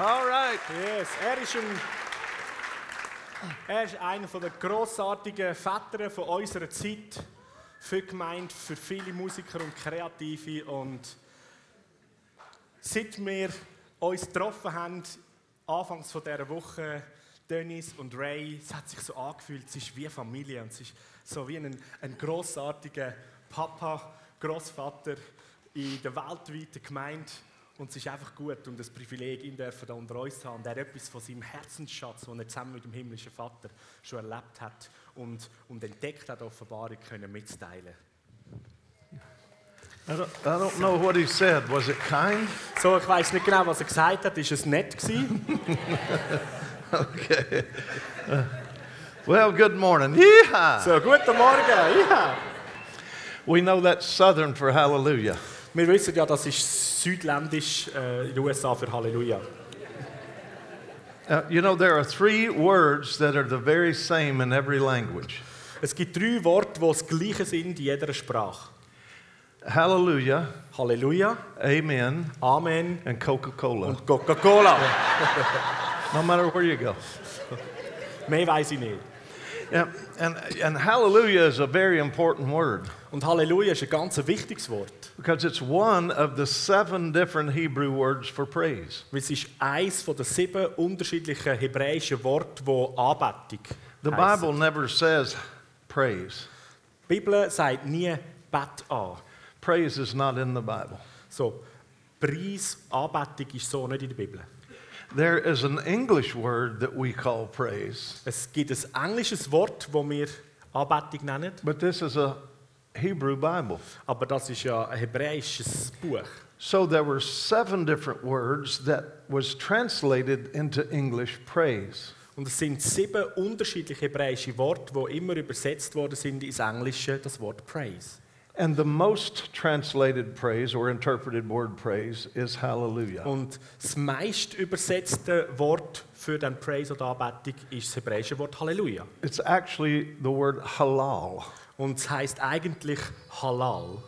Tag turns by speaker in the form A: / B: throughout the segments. A: All right.
B: Yes, er ist, ein, er ist einer der grossartigen Väter von unserer Zeit für die Gemeinde, für viele Musiker und Kreative. Und seit wir uns getroffen haben, anfangs von dieser Woche, Dennis und Ray, es hat sich so angefühlt, es ist wie Familie und es ist so wie ein, ein grossartiger Papa, Grossvater in der weltweiten Gemeinde. Und es ist einfach gut und das Privileg, ihn dürfen da unter uns haben. Und er hat etwas von seinem Herzensschatz, den er zusammen mit dem himmlischen Vater schon erlebt hat und, und entdeckt hat, Offenbarung können mitzuteilen.
A: I don't, I don't know what he said. Was it kind?
B: So, ich weiß nicht genau, was er gesagt hat. Ist es nett gewesen?
A: Okay. Well, good morning. Yeehaw!
B: So, guten Morgen. Ja.
A: We know that's Southern for hallelujah.
B: Wir wissen ja, das ist südländisch äh, in den USA für Halleluja.
A: Uh, you know, there are three words that are the very same in every language
B: Es gibt drei Worte, die das Gleiche sind in jeder Sprache.
A: Hallelujah,
B: Halleluja,
A: Amen,
B: Amen
A: and Coca Cola.
B: und Coca-Cola.
A: No matter where you go.
B: Mehr weiß ich nicht.
A: Yeah, and, and hallelujah is a very important word
B: Und Halleluja ist ein ganz wichtiges Wort,
A: because it's one of the seven different Hebrew words for praise.
B: weil es ist eines der sieben unterschiedlichen hebräischen Worte, wo Anbetung
A: The
B: heisst.
A: Bible never says praise.
B: Die Bibel sagt nie Bett an.
A: Praise is not in the Bible.
B: So, Preis, Anbetung ist so nicht in der Bibel.
A: There is an English word that we call praise,
B: Es gibt ein englisches Wort, das wir Anbetung nennen.
A: but this is a Hebrew Bible.
B: Aber das ist ja ein hebräisches Buch.
A: So there were seven different words that was translated into English praise.
B: Und es sind sieben unterschiedliche hebräische Worte, die immer übersetzt worden sind ins Englische, das Wort Praise.
A: And the most translated praise or interpreted word praise is hallelujah.
B: Und das meist übersetzte Wort für den Praise oder Anbetung ist das hebräische Wort Halleluja.
A: It's actually the word halal.
B: Und es heißt eigentlich Halal.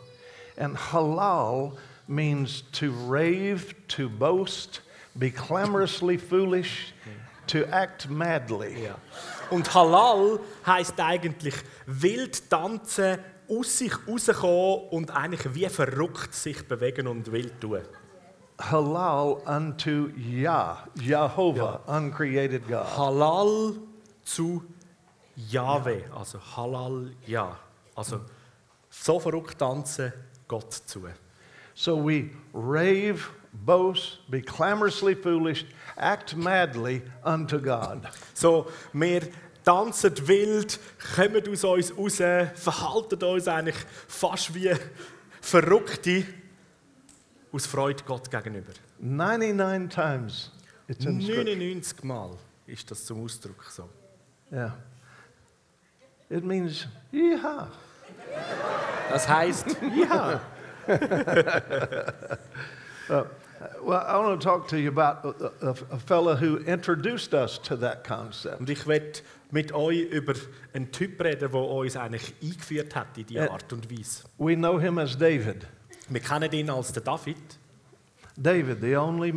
A: And halal means to rave, to boast, be clamorously foolish, to act madly.
B: Ja. Und Halal heißt eigentlich wild tanzen, aus sich rauskommen und eigentlich wie verrückt sich bewegen und wild tun.
A: Halal unto Yah, Jehovah, uncreated God.
B: Halal zu Jahwe, also Halal ja. Also so verrückt tanzen Gott zu.
A: So we rave, boast, be clamorously foolish, act madly unto God.
B: So, wir tanzen wild, kommen aus uns raus, verhalten uns eigentlich fast wie Verrückte aus Freude Gott gegenüber.
A: 99 times it's in Scripture.
B: 99 Mal ist das zum Ausdruck so.
A: Yeah. It means yeehaw.
B: Das heißt, ja,
A: Uh, Well, I want to talk to you about a, a, a fellow who introduced us to that concept.
B: und ich werde mit euch über einen Typ reden, der uns eigentlich eingeführt hat in diese
A: Ä-
B: Art und Weise.
A: We know him as David.
B: Wir kennen ihn als den David.
A: David, the only,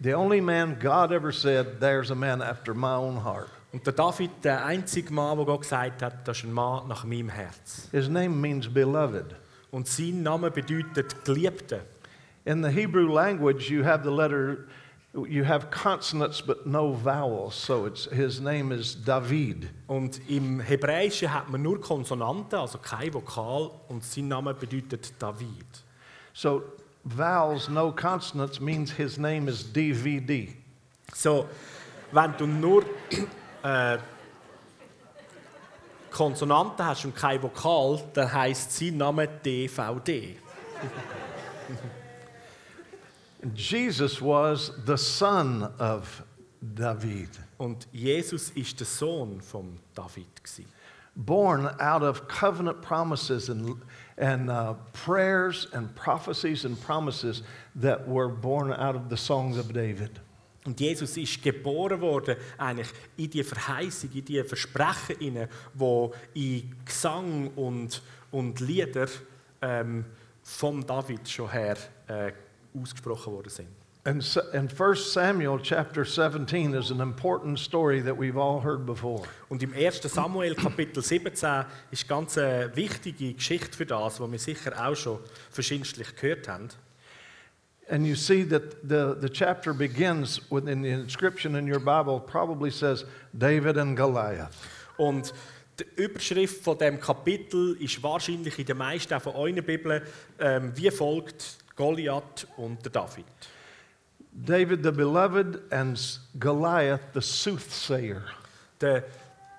A: the only man God ever said, There's a man after my own heart.
B: Und der David, der einzige Mann, der Gott gesagt hat, das ist ein Mann nach meinem Herz.
A: His name means beloved.
B: Und sein Name bedeutet Geliebter.
A: In the Hebrew language, you have the letter, you have consonants but no vowels. So it's, his name is David.
B: Und im Hebräischen hat man nur Konsonanten, also kein Vokal, und sein Name bedeutet David.
A: So vowels, no consonants means his name is DVD.
B: So, wenn du nur äh, Konsonanten hast und kein Vokal, dann heißt sein Name DVD.
A: Jesus was the son of David,
B: Und Jesus ist der Sohn von David gewesen.
A: born out of covenant promises and, and uh, prayers and prophecies and promises that were born out of the songs of David.
B: Und Jesus ist geboren worden eigentlich in die Verheißung, in die Versprechen inne, wo in Gesang und, und Lieder ähm, vom David schon her äh, ausgesprochen worden sind.
A: And, so, and 1 Samuel chapter 17 is an important story that we've all heard before.
B: Und im 1. Samuel Kapitel 17 ist ganz eine wichtige Geschichte für das, was wir sicher auch schon verschiedentlich gehört haben.
A: And you see that the, the chapter begins with an inscription in your Bible, probably says David and Goliath.
B: Und die Überschrift von dem Kapitel ist wahrscheinlich in den meisten von euren Bibeln ähm, wie folgt: Goliath und der David.
A: David the beloved and S- Goliath the soothsayer.
B: Der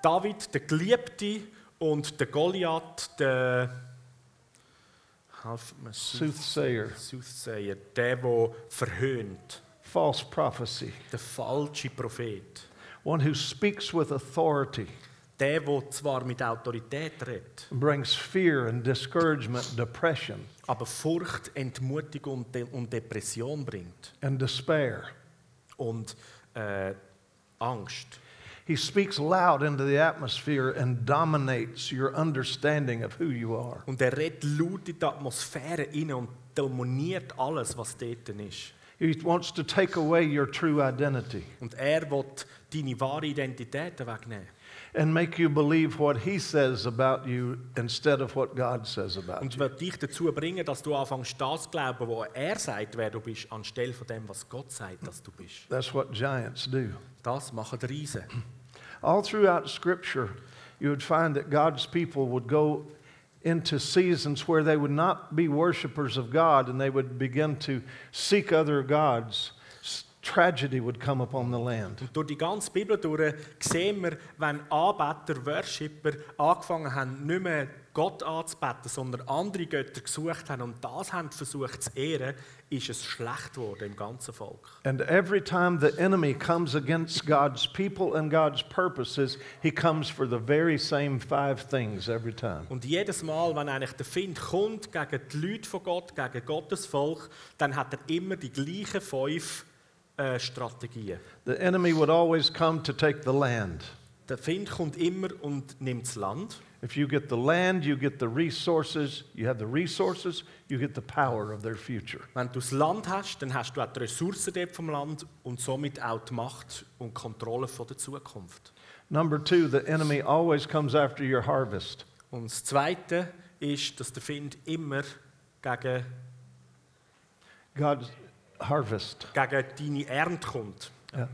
B: David, der Geliebte, und der Goliath, der Helf mir,
A: Soothsayer,
B: Soothsayer, der, der verhöhnt,
A: false prophecy,
B: der falsche Prophet,
A: one who speaks with authority,
B: der, der zwar mit Autorität redet,
A: brings fear and discouragement, depression
B: aber Furcht, Entmutigung und De- und Depression bringt
A: and despair.
B: und äh, Angst.
A: He speaks loud into the atmosphere and dominates your understanding of who you are.
B: Und er redet laut in die Atmosphäre rein und dominiert alles, was dort ist.
A: He wants to take away your true identity
B: Und er will deine wahre Identität wegnehmen
A: and make you believe what he says about you instead of what God says about
B: und
A: you.
B: will dich dazu bringen, dass du anfängst das zu glauben, was er sagt, wer du bist, anstelle von dem, was Gott sagt, dass du bist.
A: That's what giants do.
B: Das machen die Riesen.
A: All throughout Scripture, you would find that God's people would go into seasons where they would not be worshipers of God and they would begin to seek other gods. S- Tragedy would come upon the land.
B: Durch die ganze Bibel durch sehen wir, wenn Anbeter, Worshipper angefangen haben, nicht mehr Gott anzubeten, sondern andere Götter gesucht haben und das haben versucht zu ehren, ist es schlecht geworden im ganzen Volk.
A: And every time the enemy comes against God's people and God's purposes, he comes for the very same five things every time.
B: Und jedes Mal, wenn eigentlich der Find kommt gegen die Leute von Gott, gegen Gottes Volk, dann hat er immer die gleichen fünf äh, Strategien.
A: The enemy would always come to take the land.
B: Der Find kommt immer und nimmt das Land.
A: If you get the land, you get the resources. You have the resources, you get the power of their future.
B: Wenn du das Land hast, dann hast du auch die Ressourcen dort vom Land und somit auch die Macht und Kontrolle von der Zukunft.
A: Number two, the enemy always comes after your harvest.
B: Und das Zweite ist, dass der Find immer gegen,
A: God's harvest.
B: gegen deine Ernte kommt.
A: Yeah.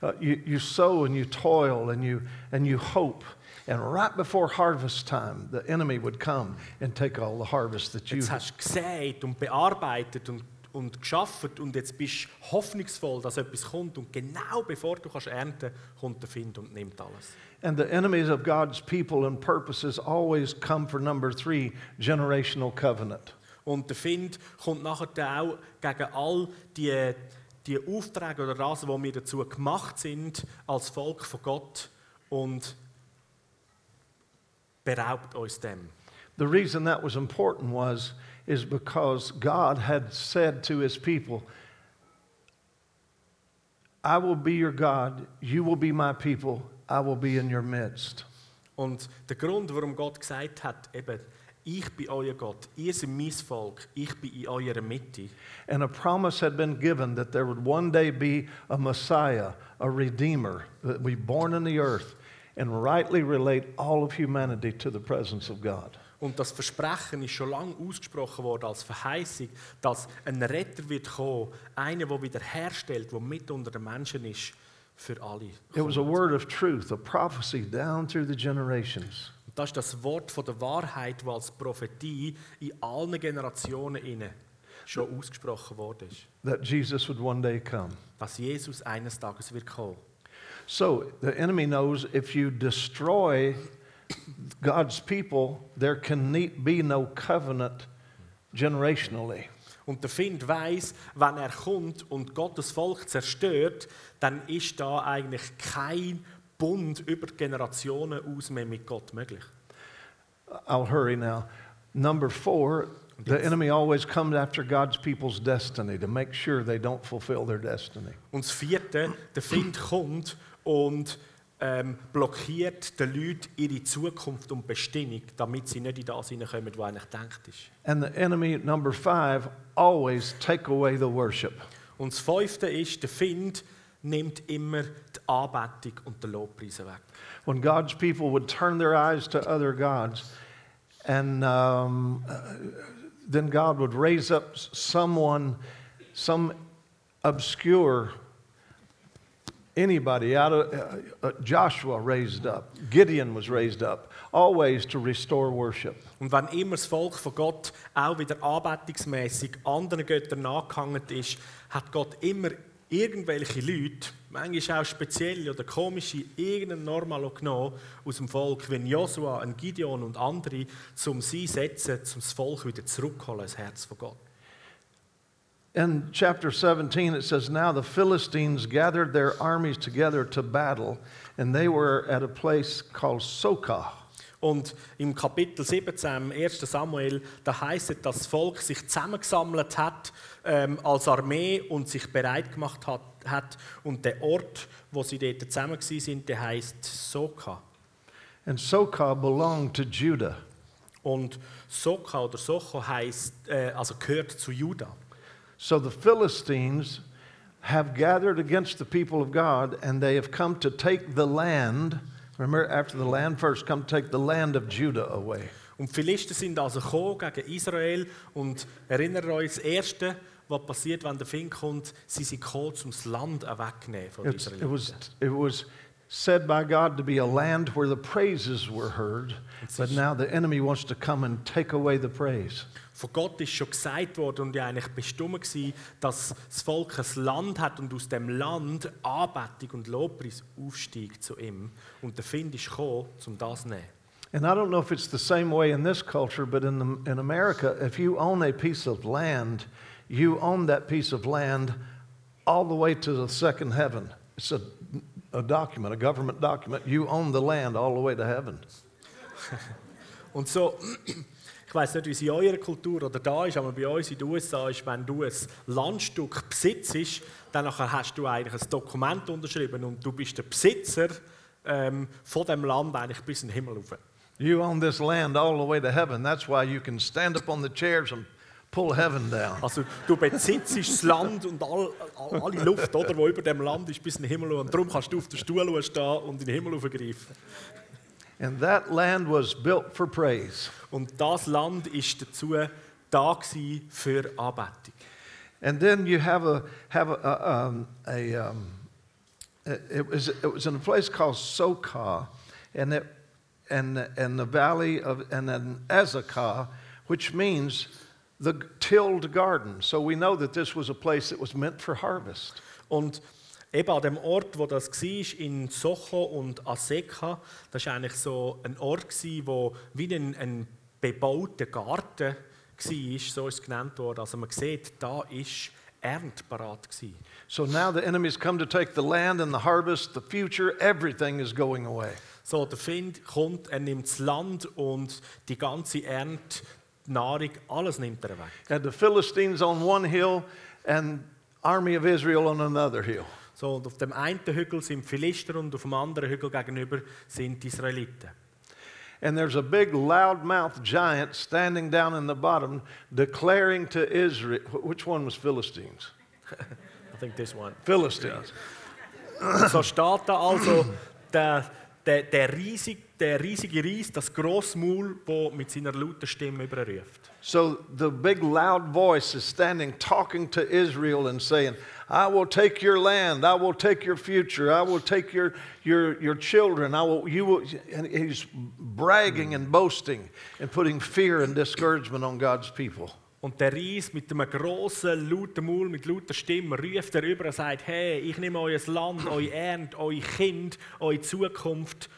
A: Uh, you, you sow and you toil and you, and you hope. And right before harvest time, the enemy would come and take all the harvest that you
B: Jetzt hast du gesät und bearbeitet und, und geschafft und jetzt bist du hoffnungsvoll, dass etwas kommt. Und genau bevor du kannst ernten kommt der Find und nimmt alles.
A: And the enemies of God's people and purposes always come for number three, generational covenant.
B: Und der Find kommt nachher dann auch gegen all die, die Aufträge oder das, was wir dazu gemacht sind, als Volk von Gott und beraubt uns dem.
A: The reason that was important was is because God had said to his people, I will be your God, you will be my people, I will be in your midst.
B: Und der Grund, warum Gott gesagt hat, eben, ich bin euer Gott, ihr seid mein Volk, ich bin in eurer Mitte.
A: And a promise had been given that there would one day be a Messiah, a Redeemer, that would be born in the earth and rightly relate all of humanity to the presence of God.
B: Und das Versprechen ist schon lange ausgesprochen worden als Verheißung, dass ein Retter wird kommen, einer, der wieder herstellt, der mit unter den Menschen ist, für alle.
A: It was a word of truth, a prophecy down through the generations.
B: Und das ist das Wort von der Wahrheit, das als Prophetie in allen Generationen inne schon ausgesprochen worden ist,
A: that Jesus would one day come.
B: dass Jesus eines Tages wird kommen.
A: So the enemy knows if you destroy God's people, there can ne- be no covenant generationally.
B: Und der Find weiß, wenn er kommt und Gottes Volk zerstört, dann ist da eigentlich kein Bund über die Generationen aus mehr mit Gott möglich.
A: I'll hurry now. Number four, the enemy always comes after God's people's destiny to make sure they don't fulfill their destiny.
B: Und das Vierte, der Find kommt und ähm, blockiert den Leuten ihre Zukunft und Bestimmung, damit sie nicht in das hineinkommen, was eigentlich gedacht ist.
A: And the enemy, number five, always take away the worship.
B: Und das Fünfte ist, der Find nimmt immer die Anbetung und den Lobpreis weg.
A: When God's people would turn their eyes to other gods, and um, uh, then God would raise up s- someone, some obscure anybody out of uh, uh, Joshua raised up, Gideon was raised up, always to restore worship.
B: Und wenn immer das Volk von Gott auch wieder anbetungsmäßig anderen Göttern nachgehangen ist, hat Gott immer irgendwelche Leute, manchmal auch spezielle oder komische, irgendeinen Normalo genommen aus dem Volk, wenn Josua, ein Gideon und andere, zum sie setzen, zum das Volk wieder zurückholen, das Herz von Gott.
A: In chapter 17, it says, Now the Philistines gathered their armies together to battle, and they were at a place called Sokah.
B: Und im Kapitel 17, im 1. Samuel, da heißt es, dass das Volk sich zusammengesammelt hat ähm, als Armee und sich bereit gemacht hat. hat. Und der Ort, wo sie dort zusammen waren, sind, der heißt Soka.
A: And Sokah belonged to Judah.
B: Und Soka oder Socho heißt, äh, also gehört zu Juda.
A: So the Philistines have gathered against the people of God, and they have come to take the land. Remember, after the land first, come take the land of Judah away.
B: Und die Philister sind also gekommen gegen Israel und erinnern euch das Erste, was passiert, wenn der Fink kommt, sie sind gekommen, um das Land wegzunehmen von
A: It's,
B: Israel.
A: it, was, it was said by God to be a land where the praises were heard, but now the enemy wants to come and take away the praise.
B: Von Gott ist schon gesagt worden und ja eigentlich bestimmt gewesen, dass das Volk ein Land hat und aus dem Land Anbetung und Lobpreis aufsteigt zu ihm. Und der Find ist gekommen, um das zu nehmen.
A: And I don't know if it's the same way in this culture, but in, the, in America, if you own a piece of land, you own that piece of land all the way to the second heaven. It's a, a document, a government document. You own the land all the way to heaven.
B: Und so, ich weiß nicht, wie es in eurer Kultur oder da ist, aber bei uns in den USA ist, wenn du ein Landstück besitzt, dann nachher hast du eigentlich ein Dokument unterschrieben und du bist der Besitzer ähm, von dem Land eigentlich bis in den Himmel rauf.
A: You own this land all the way to heaven. That's why you can stand up on the chairs and pull heaven down.
B: Also du besitzt das Land und all, all, alle Luft, oder, die über dem Land ist, bis in den Himmel hoch. und darum kannst du auf den Stuhl stehen und in den Himmel aufgreifen.
A: And that land was built for praise.
B: Und das Land ist dazu da gewesen für Anbetung.
A: And then you have a have a, a, um, a um, it, it was it was in a place called Sokah, and it and and the valley of and then Azekah, which means the g- tilled garden. So we know that this was a place that was meant for harvest.
B: Und eben an dem Ort, wo das war, in Socho und Aseka, das war eigentlich so ein Ort, gewesen, wo wie ein, ein bebauter Garten war, so ist es genannt worden. Also man sieht, da ist Ernte parat. Gewesen.
A: So now the enemy's come to take the land and the harvest, the future, everything is going away.
B: So, der Find kommt, er nimmt das Land und die ganze Ernte, die Nahrung, alles nimmt er weg.
A: And the Philistines on one hill and army of Israel on another hill.
B: So, und auf dem einen Hügel sind die Philister und auf dem anderen Hügel gegenüber sind die Israeliten.
A: And there's a big loudmouth giant standing down in the bottom declaring to Israel. wh- Which one was Philistines?
B: I think this one.
A: Philistines.
B: So steht da also der, der, der, riesig, der riesige Reis, das grosse Maul, der mit seiner lauten Stimme überruft.
A: So the big loud voice is standing talking to Israel and saying, I will take your land, I will take your future, I will take your your your children, I will you will and he's bragging and boasting and putting fear and discouragement on God's people.
B: Und der Reis mit einem grossen, lauten Maul, mit lauter Stimme, ruft er über und sagt, hey, ich nehme euer Land, euer Ernte, euer Kind, eure Zukunft.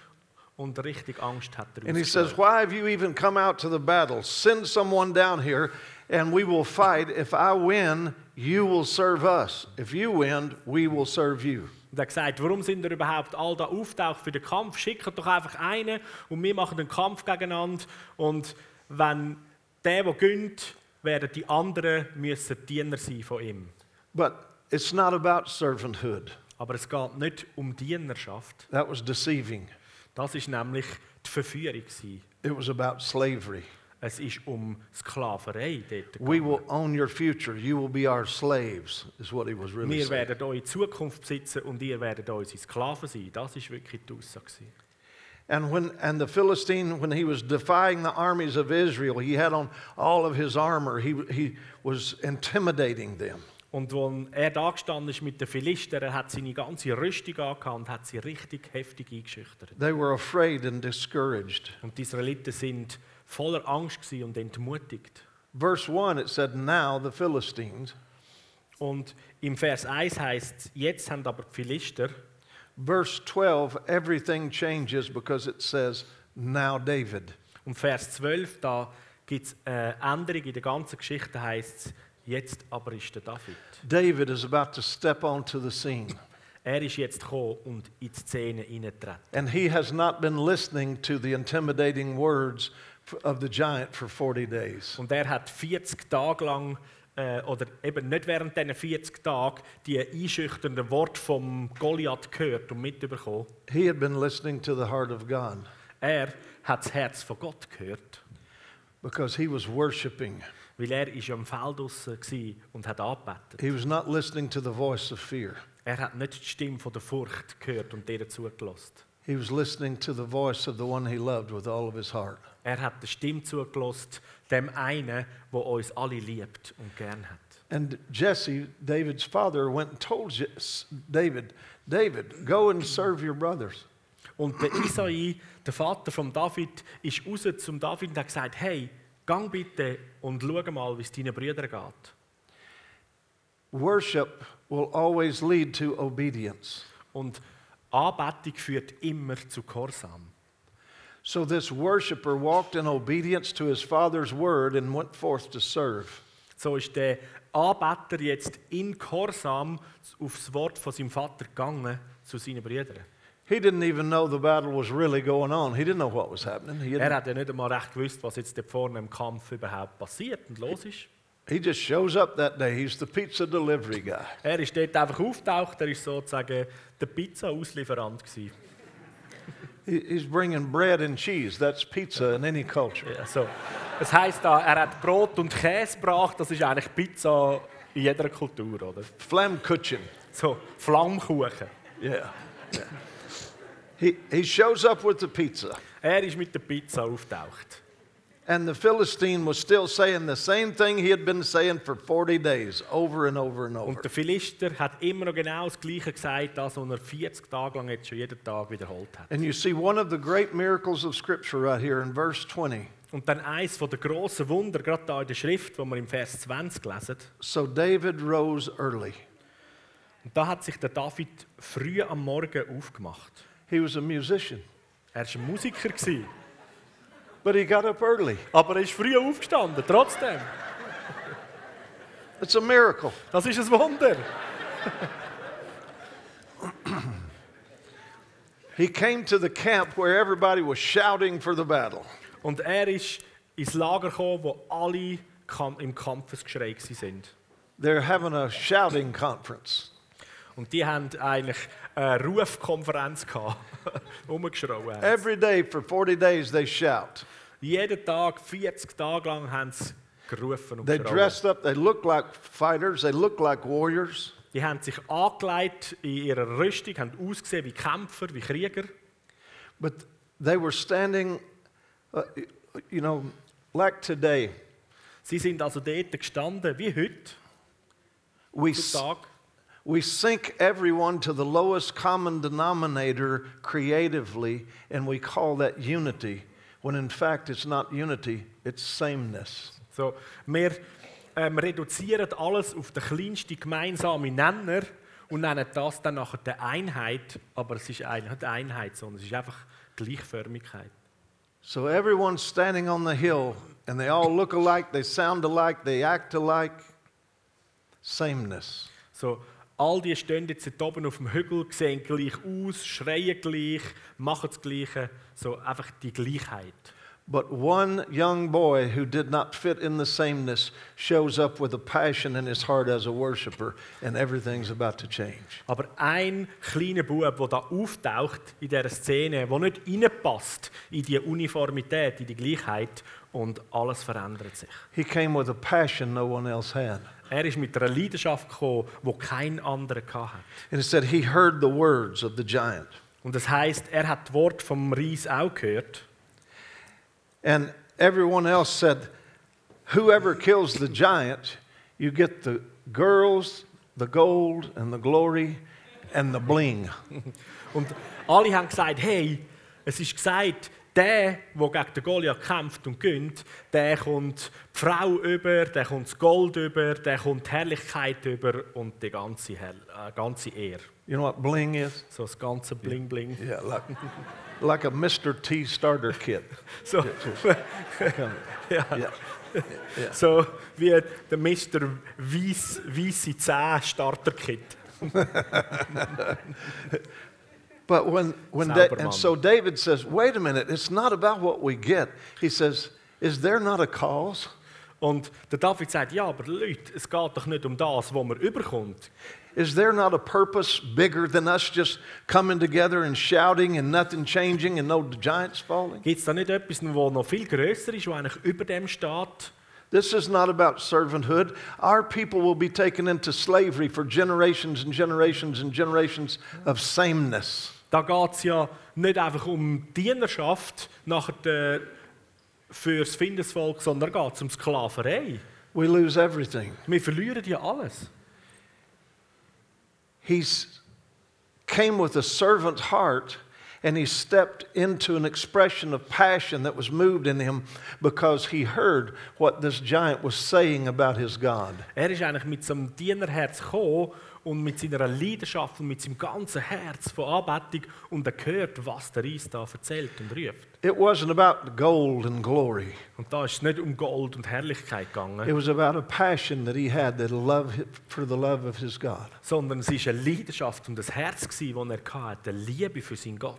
B: Und richtig Angst hat er
A: And he
B: ausgelöst.
A: says, Why have you even come out to the battle? Send someone down here and we will fight. If I win, you will serve us. If you win, we will serve you.
B: Und er sagt, warum sind ihr überhaupt all da auftaucht für den Kampf? Schickt doch einfach einen und wir machen den Kampf gegeneinander. Und wenn der, der gönnt, werden die anderen müssen Diener sein von ihm.
A: But it's not about servanthood.
B: Aber es geht nicht um Dienerschaft.
A: That was deceiving.
B: Das ist nämlich die Verführung. gewesen.
A: It was about slavery.
B: Es ist um Sklaverei dort
A: We
B: gegangen.
A: will own your future. You will be our slaves, is what he was really
B: Wir
A: saying.
B: werden eure Zukunft besitzen und ihr werdet unsere Sklaven sein. Das war wirklich die Aussage. gewesen.
A: And when and the Philistine, when he was defying the armies of Israel, he had on all of his armor. He he was intimidating them.
B: Und als er da gestanden ist mit den Philistern, er hat seine ganze Rüstung angehabt und hat sie richtig heftig eingeschüchtert.
A: They were afraid and discouraged.
B: Und die Israeliten sind voller Angst gewesen und entmutigt.
A: Verse one it said, "Now the Philistines."
B: Und im Vers 1 heißt jetzt haben aber die Philister,
A: Verse twelve, everything changes because it says, "Now David."
B: und Vers 12, da gibt es eine Änderung in der ganzen Geschichte, heißt es, jetzt aber ist der David.
A: David is about to step onto the scene,
B: Er ist jetzt gekommen und in die Szene hineingetreten.
A: and he has not been listening to the intimidating words of the giant for 40 days.
B: Und er hat 40 Tage lang, äh, oder eben nicht während diesen 40 Tagen, die einschüchternden Worte vom Goliath gehört und mitbekommen.
A: He had been listening to the heart of God.
B: Er hat das Herz von Gott gehört,
A: because he was worshiping.
B: weil er ist am Feld draussen gsi und hat angebetet.
A: He was not listening to the voice of fear.
B: Er hat nicht die Stimme von der Furcht gehört und ihr zugelassen.
A: He was listening to the voice of the one he loved with all of his heart.
B: Er hat der Stimme zugelassen, dem einen, der uns alle liebt und gern hat.
A: And Jesse, David's father, went and told Je- s- David, David, go and serve your brothers.
B: Und der Isai, der Vater von David, ist raus zum David und hat gesagt: Hey, gang bitte und schau mal, wie es deinen Brüdern geht.
A: Worship will always lead to obedience.
B: Und Anbetung führt immer zu Gehorsam.
A: So this worshiper walked in obedience to his father's word and went forth to serve.
B: So ist der Anbeter jetzt in Gehorsam aufs Wort von seinem Vater gegangen zu seinen Brüdern.
A: He didn't even know the battle was really going on. He didn't know what was happening. He,
B: Er
A: didn't-
B: hat ja nicht einmal recht gewusst, was jetzt dort vorne im Kampf überhaupt passiert und los ist.
A: he just shows up that day. He's the pizza delivery guy.
B: Er ist dort einfach auftaucht, er ist sozusagen der Pizza-Auslieferant. gewesen.
A: He- He's bringing bread and cheese. That's pizza in any culture.
B: Ja, so. Das heisst, da, er hat Brot und Käse gebracht, das ist eigentlich Pizza in jeder Kultur, oder?
A: Flammkuchen.
B: So, Flammkuchen.
A: Yeah. yeah. He, he shows up with the pizza.
B: Er ist mit der Pizza auftaucht.
A: And the Philistine was still saying the same thing he had been saying for 40 days, over and over and over.
B: Und der Philister hat immer noch genau das Gleiche gesagt, das, was er 40 Tage lang jetzt schon jeden Tag wiederholt hat.
A: And you see one of the great miracles of Scripture right here in verse 20.
B: Und dann eins von der grossen Wunder, gerade da in der Schrift, wo wir im Vers 20 lesen.
A: So David rose early.
B: Und da hat sich der David früh am Morgen aufgemacht.
A: He was a musician,
B: Er war ein Musiker, gewesen,
A: but he got up early.
B: aber er ist früh aufgestanden, trotzdem.
A: It's a miracle.
B: Das ist ein Wunder.
A: He came to the camp where everybody was shouting for the battle.
B: Und er ist ins Lager gekommen, wo alle kam im Kampfesgeschrei gsi sind.
A: They're having a shouting conference.
B: Und die haben eigentlich eine Rufkonferenz gehabt, rumgeschrien. haben.
A: Every day for 40 days they shout.
B: Jeden Tag, 40 Tage lang, haben sie gerufen und
A: They
B: geschrien.
A: dressed up, they look like fighters, they look like warriors.
B: Die haben sich angelegt in ihrer Rüstung, haben ausgesehen wie Kämpfer, wie Krieger.
A: But they were standing, uh, you know, like today.
B: Sie sind also dort gestanden, wie heute,
A: We,
B: am
A: s-
B: Tag.
A: we sink everyone to the lowest common denominator creatively, and we call that unity, when in fact it's not unity, it's sameness.
B: So, wir ähm, reduzieren alles auf den kleinsten gemeinsamen Nenner und nennen das dann nachher die Einheit. Aber es ist eigentlich nicht Einheit, sondern es ist einfach Gleichförmigkeit.
A: So everyone's standing on the hill, and they all look alike, they sound alike, they act alike. Sameness.
B: So, all die stehen jetzt dort oben auf dem Hügel, sehen gleich aus, schreien gleich, machen das Gleiche. So, einfach die Gleichheit.
A: But one young boy who did not fit in the sameness shows up with a passion in his heart as a worshiper, and everything's about to change.
B: Aber ein kleiner Bub, der da auftaucht in dieser Szene, der nicht reinpasst in die Uniformität, in die Gleichheit und alles verändert sich.
A: He came with a passion no one else had.
B: Er ist mit einer Leidenschaft gekommen, die kein anderer hatte.
A: And it said he heard the words of the giant.
B: Und das heißt, er hat das Wort vom Reis auch gehört.
A: And everyone else said, Whoever kills the giant, you get the girls, the gold, and the glory, and the bling.
B: Und alle haben gesagt, hey, es ist gesagt, der, der gegen den Goliath kämpft und gönnt, der kommt die Frau über, der kommt das Gold über, der kommt die Herrlichkeit über und die ganze, Hell, äh, ganze Ehre.
A: You know what bling is?
B: So das ganze Bling Bling.
A: Yeah, like, like a Mr. T starter kit.
B: So, ja.
A: Yeah.
B: so wie der Mr. Weiss, Weisse 10 Starter-Kit.
A: But when, when da-
B: Saubermann.
A: and so David says, Wait a minute, it's not about what we get. He says, Is there not a cause?
B: Und der David sagt, ja, aber Leute, es geht doch nicht um das, was man überkommt.
A: Is there not a purpose bigger than us just coming together and shouting and nothing changing and no giants falling?
B: Gibt es da nicht etwas, das noch viel grösser ist, was eigentlich über dem steht?
A: This is not about servanthood. Our people will be taken into slavery for generations and generations and generations of sameness.
B: Da geht es ja nicht einfach um Dienerschaft nachher äh, fürs Findesvolk, sondern da geht es um Sklaverei.
A: We lose everything.
B: Wir verlieren ja alles.
A: He came with a servant heart and he stepped into an expression of passion that was moved in him because he heard what this giant was saying about his God.
B: Er ist eigentlich mit seinem Dienerherz gekommen und mit seiner Leidenschaft und mit seinem ganzen Herz von Anbetung und er hört, was der Reis da erzählt und ruft.
A: It wasn't about gold and glory.
B: Und da ist es nicht um Gold und Herrlichkeit
A: It
B: gegangen,
A: was about a passion that he had that love for the love of his God.
B: sondern es war eine Leidenschaft und ein Herz, das er hatte, eine Liebe für seinen Gott.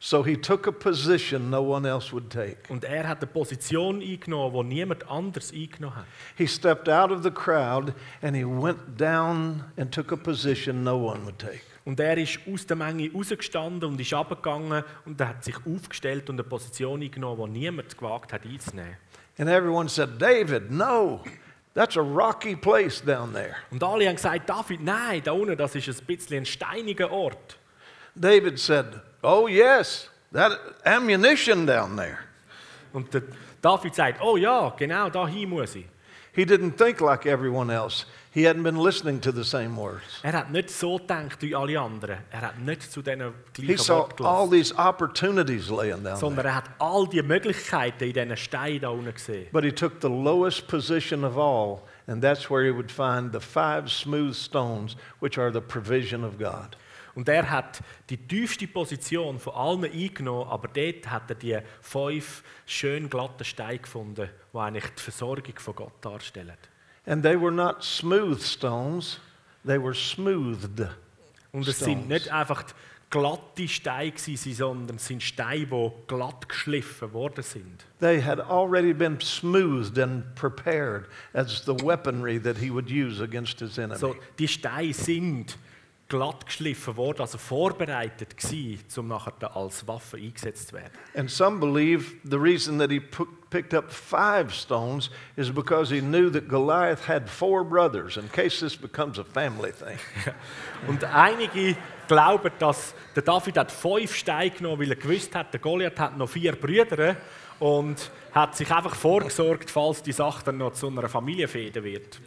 A: So he took a position no one else would take.
B: Und er hat eine Position eingenommen, die niemand anders eingenommen hat.
A: He stepped out of the crowd and he went down and took a position no one would take.
B: Und er ist aus der Menge rausgestanden und ist abgegangen und er hat sich aufgestellt und eine Position eingenommen, die niemand gewagt hat einzunehmen.
A: And everyone said, David, no, that's a rocky place down there.
B: Und alle haben gesagt, David, nein, da unten, das ist ein bisschen ein steiniger Ort.
A: David said, Oh, yes, that ammunition down there.
B: Und der David sagt, oh ja, genau, da hin muss ich.
A: He didn't think like everyone else. He hadn't been listening to the same words.
B: Er hat nicht so gedacht wie alle anderen. Er hat nicht zu diesen
A: He
B: gleichen
A: saw
B: Worten
A: all
B: gelassen,
A: these opportunities laying down there.
B: sondern er hat all die Möglichkeiten in diesen Steinen da unten gesehen.
A: But he took the lowest position of all, and that's where he would find the five smooth stones, which are the provision of God.
B: Und er hat die tiefste Position von allen eingenommen, aber dort hat er die fünf schön glatten Steine gefunden, die eigentlich die Versorgung von Gott darstellen.
A: And they were not smooth stones, they were smoothed.
B: Und es
A: Stones.
B: sind nicht einfach glatte Steine, gewesen, sondern es sind Steine, die glatt geschliffen worden sind.
A: They had already been smoothed and prepared as the weaponry that he would use against his enemy.
B: So, die Steine sind glatt geschliffen worden, also vorbereitet gewesen, um nachher dann als Waffe eingesetzt zu werden.
A: and some believe the reason that he pu- picked up five stones is because he knew that Goliath had four brothers, in case this becomes a family thing.
B: Und einige glauben, dass der David hat fünf Steine genommen, weil er gewusst hat, der Goliath hat noch vier Brüder und hat sich einfach vorgesorgt, falls die Sache dann noch zu einer Familienfehde wird.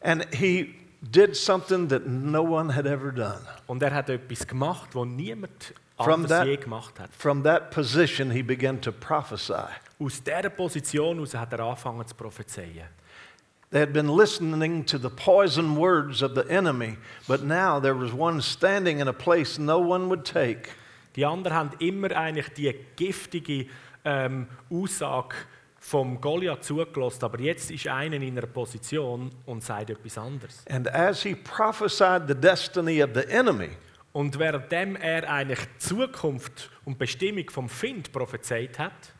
A: And he did something that no one had ever done.
B: Und er hat etwas gemacht, was niemand
A: From
B: anders
A: that-
B: je gemacht hat.
A: From that position, he began to prophesy.
B: Aus dieser Position heraus hat er angefangen zu prophezeien.
A: They had been listening to the poison words of the enemy, but now there was one standing in a place no one would take.
B: Die anderen haben immer eigentlich die giftige ähm, Aussage vom Goliath zugelassen, aber jetzt ist einer in einer Position und sagt etwas anderes.
A: And as he prophesied the destiny of the enemy,
B: Und währenddem er eigentlich die Zukunft und Bestimmung vom Find prophezeit hat,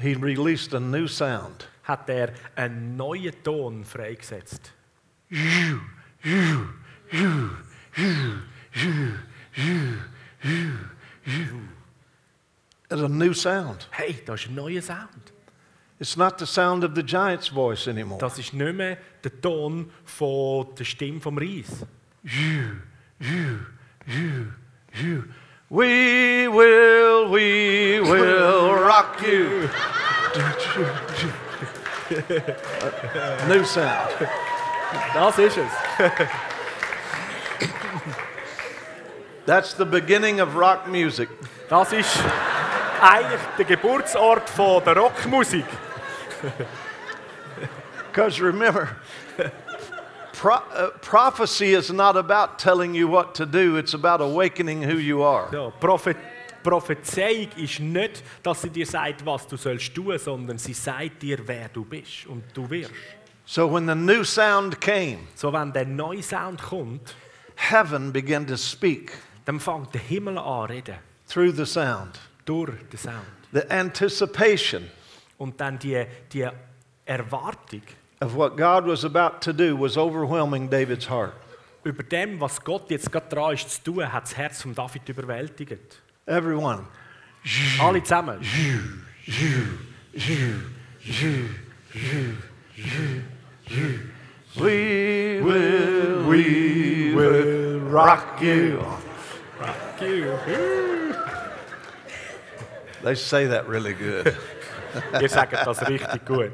A: he released a new sound.
B: hat er einen neuen Ton freigesetzt.
A: It's a new sound.
B: Hey, das ist ein neuer Sound.
A: It's not the sound of the giant's voice anymore.
B: Das ist nicht mehr der Ton von der Stimme vom Reis.
A: We will, we will rock you. A new sound.
B: Das ist es.
A: That's the beginning of rock music.
B: Das ist eigentlich der Geburtsort von der Rockmusik.
A: Because remember, pro- uh, prophecy is not about telling you what to do, it's about awakening who you are.
B: Ja, Prophet Prophezeiung ist nicht, dass sie dir sagt, was du sollst tun, sondern sie sagt dir, wer du bist und du wirst.
A: So when the new sound came,
B: So, wenn der neue Sound kommt,
A: heaven began to speak
B: dann fängt der Himmel an zu reden.
A: through the sound.
B: Durch den Sound.
A: The anticipation
B: Und dann die, die Erwartung
A: of what God was about to do was overwhelming David's heart.
B: über dem, was Gott jetzt gerade dran ist zu tun, hat das Herz von David überwältigt.
A: Everyone.
B: Alle zusammen.
A: We will, we will rock you. They say that really good.
B: Ihr sagt das richtig gut.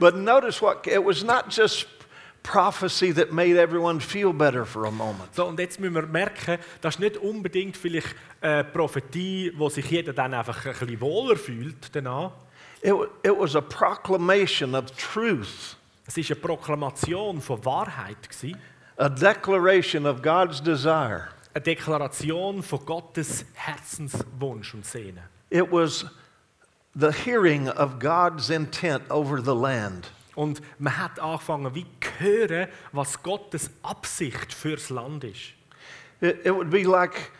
A: But notice what it was not just prophecy that made everyone feel better for a moment.
B: So, und jetzt müssen wir merken, das ist nicht unbedingt vielleicht eine Prophetie, wo sich jeder dann einfach ein bisschen wohler fühlt danach.
A: It, wa- it was a proclamation of truth,
B: Es war eine Proklamation von Wahrheit, gewesen,
A: a declaration of God's desire.
B: eine Deklaration von Gottes Herzenswunsch und Sehnen.
A: It was the hearing of God's intent over the land.
B: Und man hat angefangen, wie zu hören, was Gottes Absicht fürs Land ist.
A: It, it would be like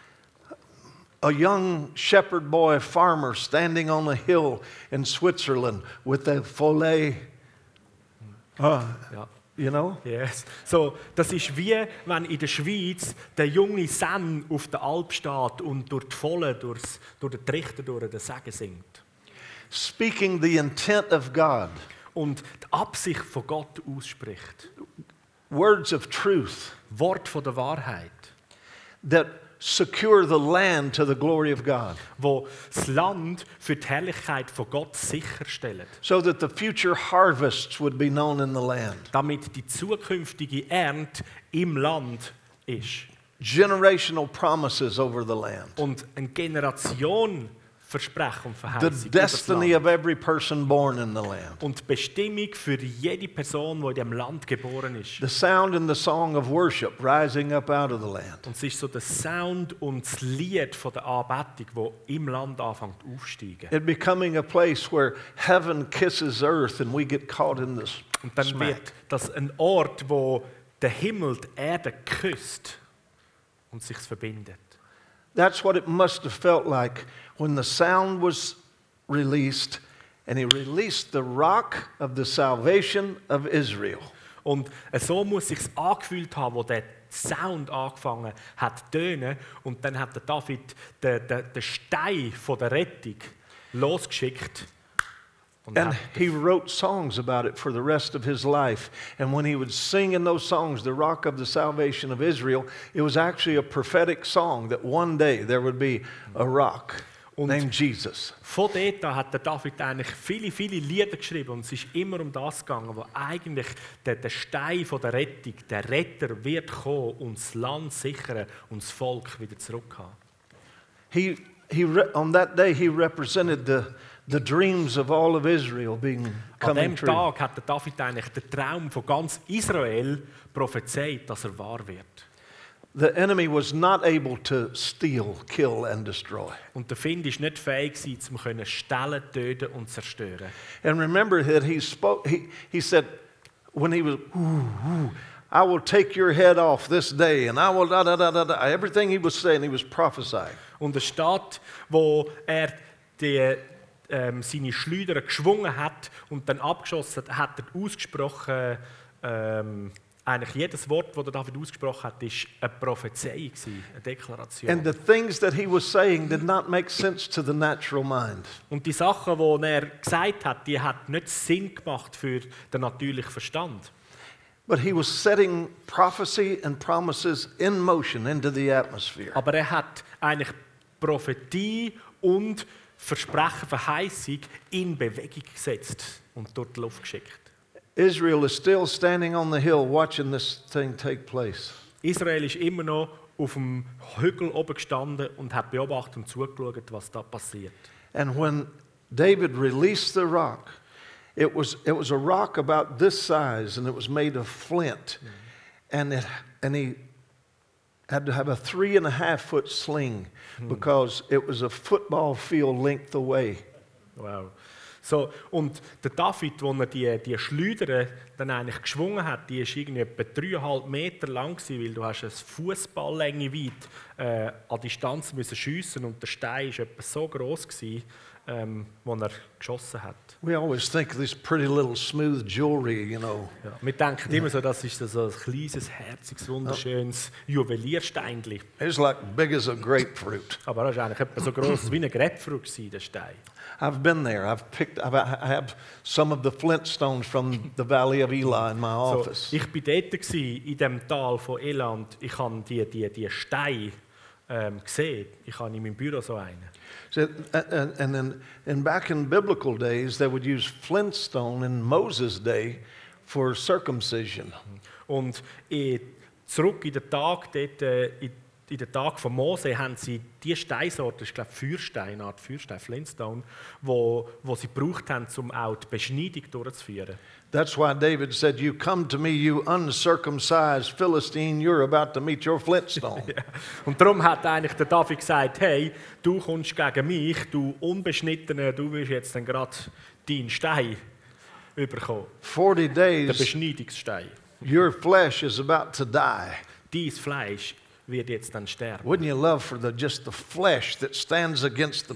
A: a young shepherd boy farmer standing on a hill in Switzerland with a follet, uh,
B: Ja.
A: you know?
B: Yes. So, das ist wie wenn in der Schweiz der junge Sen auf der Alp steht und durch die Volle, durchs, durch den Trichter, durch den Segen singt.
A: Speaking the intent of God,
B: Und die Absicht von Gott ausspricht.
A: words of truth
B: Wort von der Wahrheit,
A: that secure the land to the glory of God
B: wo das Land für die Herrlichkeit von Gott sicherstellt,
A: so that the future harvests would be known in the land.
B: damit die zukünftige Ernte im Land ist.
A: Generational promises over the land.
B: Und eine Generation Versprechen und
A: The
B: Verheißung. über das
A: destiny
B: Land.
A: of every person born in the land.
B: und die Bestimmung für jede Person, die in diesem Land geboren ist.
A: The sound and the song of worship rising up out of the land.
B: Und es ist so der Sound und das Lied von der Anbetung, wo im Land anfängt aufsteigen.
A: It becoming a place where heaven kisses earth and we get caught in this.
B: Und dann
A: smack.
B: wird das ein Ort, wo der Himmel die Erde küsst und sich verbindet.
A: That's what it must have felt like when the sound was released and he released the rock of the salvation of Israel.
B: Und äh, so muss sich's angefühlt haben, wo der Sound angefangen hat zu tönen und dann hat der David den, den, den Stein von der Rettung losgeschickt und
A: And
B: hat
A: he wrote songs about it for the rest of his life. And when he would sing in those songs, the rock of the salvation of Israel, it was actually a prophetic song that one day there would be a rock
B: Und-
A: named Jesus.
B: Von dort an hat der David eigentlich viele, viele Lieder geschrieben und es ist immer um das gegangen, wo eigentlich der, der Stein von der Rettung, der Retter wird kommen und das Land sichern und das Volk wieder zurückhaben.
A: He, he re- on that day, he represented the, the dreams of all of Israel being
B: An
A: coming
B: dem
A: true.
B: Tag hat der David eigentlich den Traum von ganz Israel prophezeit, dass er wahr wird.
A: The enemy was not able to steal, kill, and destroy.
B: Und der Find ist nicht fähig gewesen, zum können stellen, töten und zerstören.
A: And remember that he spoke, he, he said, when he was, "Ooh, ooh, I will take your head off this day, and I will da da da da da. Everything he was saying, he was prophesying.
B: Und eine Stadt, wo er die, ähm, seine Schleuder geschwungen hat und dann abgeschossen hat, hat er ausgesprochen, ähm, eigentlich jedes Wort, das der David ausgesprochen hat, ist eine Prophezeiung, gewesen, eine Deklaration.
A: And the things that he was saying did not make sense to the natural mind.
B: und die Sachen, die er gesagt hat, die hat nicht Sinn gemacht für den natürlichen Verstand.
A: But he was setting prophecy and promises in motion into the atmosphere.
B: Aber er hat eigentlich Prophetie und Versprechen, Verheißung in Bewegung gesetzt und durch die Luft geschickt.
A: Israel is still standing on the hill watching this thing take place.
B: Israel ist immer noch auf dem Hügel oben gestanden und hat beobachtet und zugeschaut, was da passiert.
A: And when David released the rock, it was, it was a rock about this size and it was made of flint. And, it, and he had to have a three and a half foot sling because it was a football field length away.
B: Wow. So, und der David, wo er die, die Schleudern dann eigentlich geschwungen hat, die ist irgendwie etwa dreieinhalb Meter lang gewesen, weil du hast eine Fußballlänge weit äh, an Distanz müssen schiessen und der Stein ist etwa so groß gewesen, ähm, wo er geschossen hat.
A: We always think of this pretty little smooth jewelry, you know.
B: Ja. Wir denken immer so, das ist so ein kleines, herziges, wunderschönes Juweliersteinchen.
A: It's like big as a grapefruit.
B: Aber das war eigentlich etwa so gross wie ein Grapefruit, gewesen, der Stein.
A: I've been there. I've picked, I've, I have some of the flintstones from the Valley of Elah in my
B: So,
A: office.
B: ich war dort gewesen, in dem Tal von Eland. Ich habe die, die, die Steine ähm, gesehen. Ich habe in meinem Büro so einen.
A: So, and, and then and back in biblical days, they would use flintstone in Moses' day for circumcision.
B: Und in, zurück in den Tag, dort, äh, in, in den Tag von Mose, haben sie die Steinsorte, das ist glaube ich Feuerstein, eine Art Feuerstein, Flintstone, wo, wo sie gebraucht haben, um auch die Beschneidung durchzuführen.
A: That's why David said, You come to me, you uncircumcised Philistine, you're about to meet your flintstone.
B: Und darum hat eigentlich der David gesagt, hey, du kommst gegen mich, du Unbeschnittener, du wirst jetzt dann gerade deinen Stein überkommen.
A: 40
B: Der
A: days,
B: Beschneidungsstein.
A: your flesh is about to die.
B: Dein Fleisch wird jetzt dann sterben.
A: Wouldn't you love for the, just the flesh that stands against the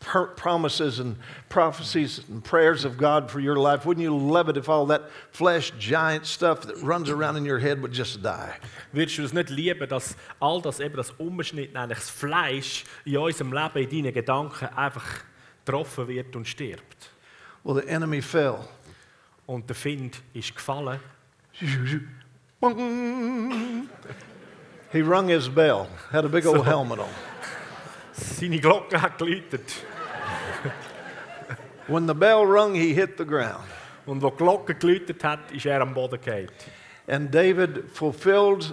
A: per- promises and prophecies and prayers of God for your life? Wouldn't you love it if all that flesh giant stuff that runs around in your head would just die?
B: Würdest du es nicht lieben, dass all das, eben das Unbeschnittene, eigentlich das Fleisch in unserem Leben, in deinen Gedanken einfach getroffen wird und stirbt?
A: Well, the enemy fell.
B: Und der Find ist gefallen.
A: Boing. He rung his bell, had a big old helmet on.
B: Seine Glocke hat geläutet.
A: When the bell rung, he hit the ground.
B: Und wo die Glocke geläutet hat, ist er am Boden gefallen.
A: And David fulfilled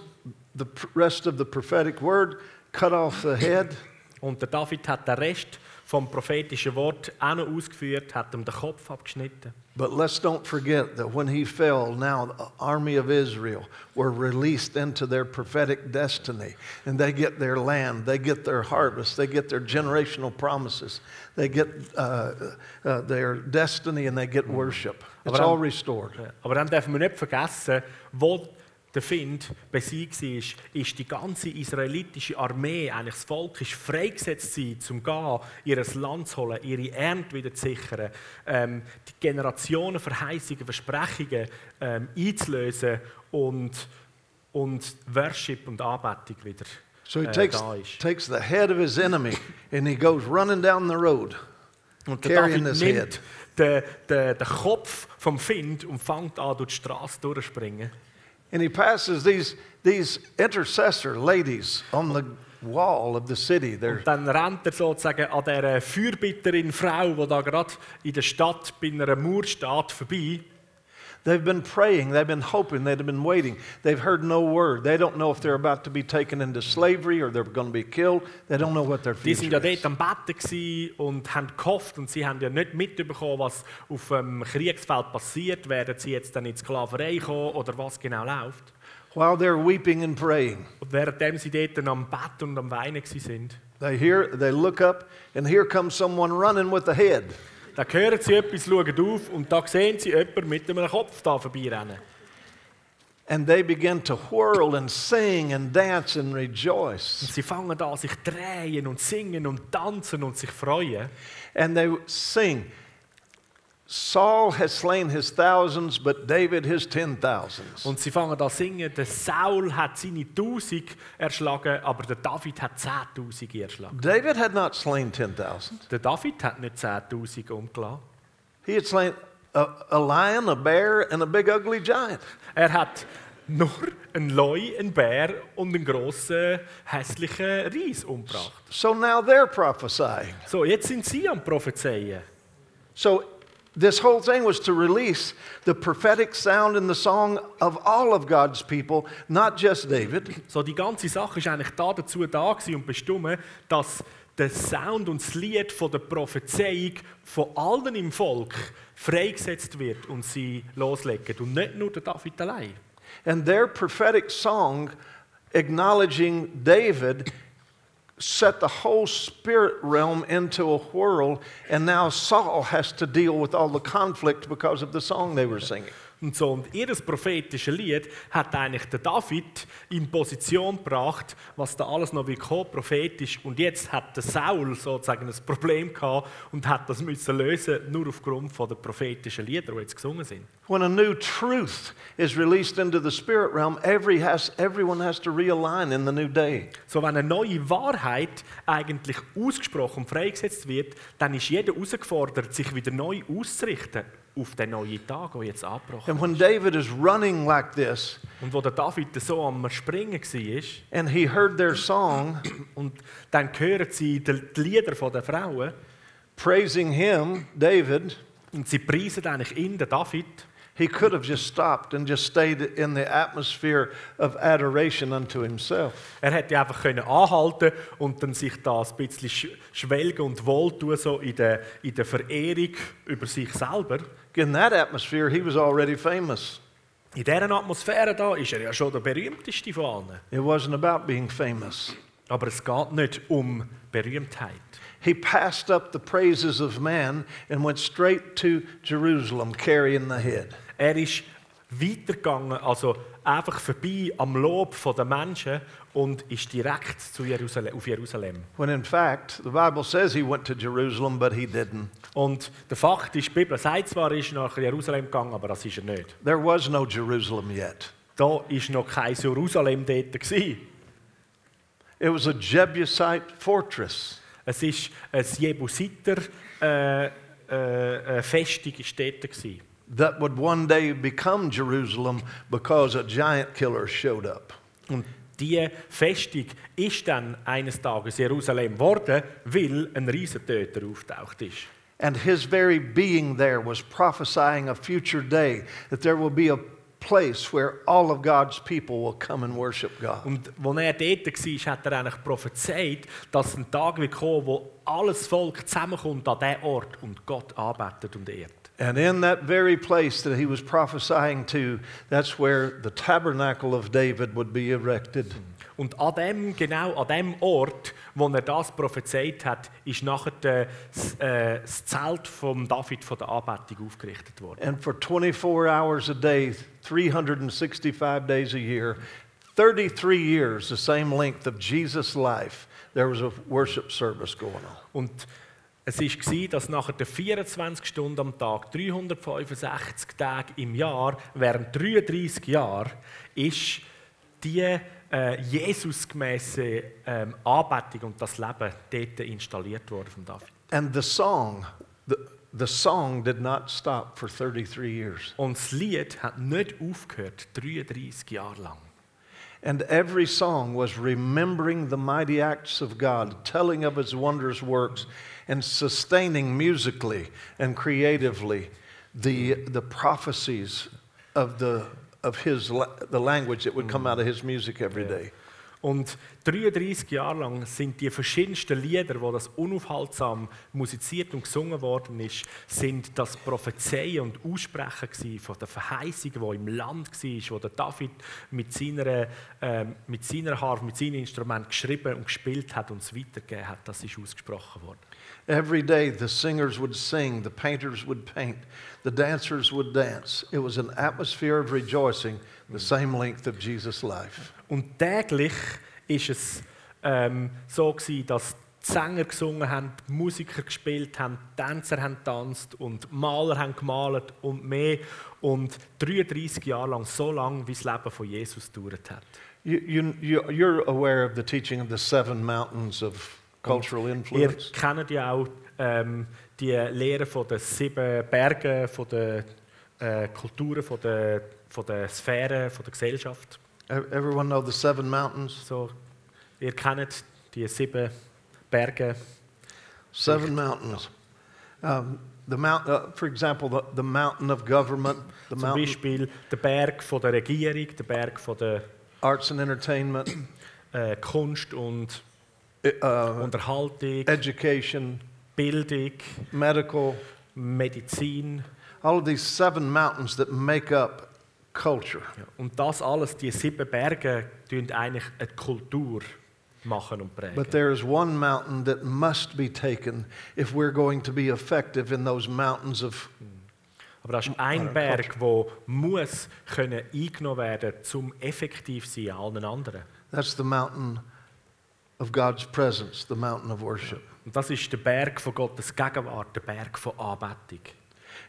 A: the pr- rest of the prophetic word, cut off the head,
B: Und der David hat den Rest vom prophetischen Wort auch noch ausgeführt, hat ihm den Kopf abgeschnitten.
A: But let's don't forget that when he fell, now the army of Israel were released into their prophetic destiny. And they get their land, they get their harvest, they get their generational promises, they get uh, uh, their destiny, and they get worship. It's
B: Abraham-
A: all restored.
B: Ja, Aber dann dürfen wir nicht vergessen, wo der Find besiegt war, ist die ganze israelitische Armee, eigentlich das Volk, ist freigesetzt sie zum Gehen, ihr Land zu holen, ihre Ernte wieder zu sichern, ähm, die Generationen Verheißungen, Versprechungen ähm, einzulösen und, und Worship und Anbetung wieder
A: So he
B: äh,
A: takes,
B: da ist.
A: takes the head of his enemy and he goes running down the road.
B: Und der
A: carrying
B: David
A: his
B: nimmt
A: head.
B: den, den, den Kopf vom Find und fängt an, durch die Straße durchzuspringen.
A: And he passes these, these intercessor ladies on the wall of the city. They're
B: Und dann rennt er sozusagen an dieser Fürbitterin Frau, die da gerade in der Stadt bei einer Mauer steht, vorbei.
A: They've been praying, they've been hoping, they've been waiting. They've heard no word. They don't know if they're about to be taken into slavery or they're going to be killed. They don't know what their
B: Die sind ja
A: future
B: dort
A: is.
B: am Betten gewesen und haben gehofft und sie haben ja nicht mitbekommen, was auf dem Kriegsfeld passiert. Werden sie jetzt dann in die Sklaverei kommen oder was genau läuft?
A: While they're weeping and praying,
B: Und währenddem sie dort am Bett und am Weinen gewesen sind,
A: they hear, they look up, and here comes someone running with a head.
B: da hören sie etwas, schauen auf und da sehen sie jemanden mit einem Kopf da vorbeirennen.
A: And they begin to whirl and sing and dance and rejoice.
B: Und sie fangen an, sich drehen und singen und tanzen und sich freuen.
A: And they sing, Saul has slain his thousands, but David his ten thousands.
B: Und sie fangen an singen, der Saul hat seine 1000 erschlagen, aber der David hat 10.000 erschlagen.
A: David had not slain 10,000.
B: Der David hat nicht 10.000 umgelassen.
A: He had slain a, a lion, a bear, and a big ugly giant.
B: Er hat nur einen Leu, einen Bär und einen grossen, hässlichen Reis umgebracht.
A: So now they're prophesying.
B: So, jetzt sind sie am Prophezeien.
A: So this whole thing was to release the prophetic sound and the song of all of God's people, not just David.
B: So, die ganze Sache ist eigentlich da dazu da gewesen und bestimmt, dass der Sound und das Lied von der Prophezeiung von allen im Volk freigesetzt wird und sie loslegen. Und nicht nur der David allein.
A: And their prophetic song acknowledging David set the whole spirit realm into a whirl, and now Saul has to deal with all the conflict because of the song they were singing.
B: Und so, und ihr prophetisches Lied hat eigentlich den David in Position gebracht, was da alles noch willkommen prophetisch. Und jetzt hat der Saul sozusagen ein Problem gehabt und hat das müssen lösen, nur aufgrund von der prophetischen Lieder, die jetzt gesungen sind.
A: When a new truth is released into the spirit realm, every has, everyone has to realign in the new day.
B: So, wenn eine neue Wahrheit eigentlich ausgesprochen und freigesetzt wird, dann ist jeder herausgefordert, sich wieder neu auszurichten auf den neuen Tag, der jetzt angebrochen
A: And when David is running like this,
B: ist. Und wo der David so am Springen war,
A: and he heard their song
B: und dann hören sie die die Lieder der Frauen,
A: praising him, David,
B: Und sie preisen eigentlich ihn, den David.
A: he could have just stopped and just stayed in the atmosphere of adoration unto himself.
B: Er hätte einfach können anhalten und dann sich da ein bisschen sch- schwelgen und wohltun, so in der, in der Verehrung über sich selber.
A: In that atmosphere, he was already famous.
B: In dieser Atmosphäre da ist er ja schon der berühmteste von allen.
A: It wasn't about being famous.
B: Aber es geht nicht um Berühmtheit.
A: He passed up the praises of man and went straight to Jerusalem carrying the head.
B: Er ist weitergegangen, also einfach vorbei am Lob der Menschen und ist direkt zu Jerusalem, auf Jerusalem.
A: When in fact, the Bible says he went to Jerusalem, but he didn't.
B: Und der Fakt ist, die Bibel sagt zwar, er ist nach Jerusalem gegangen, aber das ist er nicht.
A: There was no Jerusalem yet.
B: Da war noch kein Jerusalem dort. gewesen.
A: It was a Jebusite fortress.
B: Es war ein Jebusiter äh, äh, äh, Festung ist dort. gewesen.
A: that would one day become Jerusalem because a giant killer showed up.
B: Und diese Festung ist dann eines Tages Jerusalem geworden, weil ein Riesentöter auftaucht ist.
A: And his very being there was prophesying a future day that there will be a place where all of God's people will come and worship God.
B: Und als er dort war, hat er eigentlich prophezeit, dass ein Tag wird kommen wo alles Volk zusammenkommt an diesen Ort und Gott arbeitet und ehrt.
A: And in that very place that he was prophesying to, that's where the tabernacle of David would be erected.
B: Und an dem, genau an dem Ort, wo er das prophezeit hat, ist nachher äh, das, äh, das Zelt von David von der Anbetung aufgerichtet worden.
A: And for 24 hours a day, 365 days a year, 33 years, the same length of Jesus' life, there was a worship service going on.
B: Und es war, dass nachher der 24 Stunden am Tag, 365 Tage im Jahr, während 33 Jahren, ist die äh, Jesusgemäße ähm, Anbetung und das Leben dort installiert worden von David.
A: And the song, the, the song did not stop for 33 years.
B: Und das Lied hat nicht aufgehört, 33 Jahre lang.
A: And every song was remembering the mighty acts of God, telling of his wondrous works, and sustaining musically and creatively the, the prophecies of, the, of his, la- the language that would come out of his music every day.
B: Und 33 Jahre lang sind die verschiedensten Lieder, wo das unaufhaltsam musiziert und gesungen worden ist, sind das Prophezeien und Aussprechen gewesen von der Verheißung, die im Land war, wo der David mit seiner, ähm, mit seiner Harfe, mit seinem Instrument geschrieben und gespielt hat und es weitergegeben hat. Das ist ausgesprochen worden.
A: Every day the singers would sing, the painters would paint, the dancers would dance. It was an atmosphere of rejoicing the same length of Jesus' life.
B: Und täglich ist es ähm, so gewesen, dass die Sänger gesungen haben, die Musiker gespielt haben, die Tänzer haben getanzt und die Maler haben gemalt und mehr. Und 33 Jahre lang, so lang wie das Leben von Jesus gedauert hat.
A: You, you, you, you're aware of the teaching of the seven mountains of cultural
B: Ihr
A: influence.
B: kennt ja auch ähm, die Lehre von den sieben Bergen, von den äh, Kulturen, von den, von den Sphären, von der Gesellschaft.
A: Ev- Everyone know the seven mountains?
B: So, ihr kennt die sieben Berge.
A: Seven mountains. Um, the mount, uh, for example, the, the mountain of government, the
B: Zum
A: mountain
B: Beispiel der Berg von der Regierung, der Berg von der
A: arts and entertainment,
B: äh, Kunst und
A: uh,
B: Unterhaltung,
A: education,
B: Bildung,
A: medical,
B: Medizin.
A: all of these seven mountains that make up culture.
B: Und das alles, die sieben Berge, tun eigentlich eine Kultur machen und prägen.
A: But there is one mountain that must be taken if we're going to be effective in those mountains of.
B: Aber das ist ein Berg, der muss können eingenommen werden um effektiv zu sein an allen anderen.
A: That's the mountain of God's presence, the mountain of worship.
B: Und das ist der Berg von Gottes Gegenwart, der Berg von Anbetung.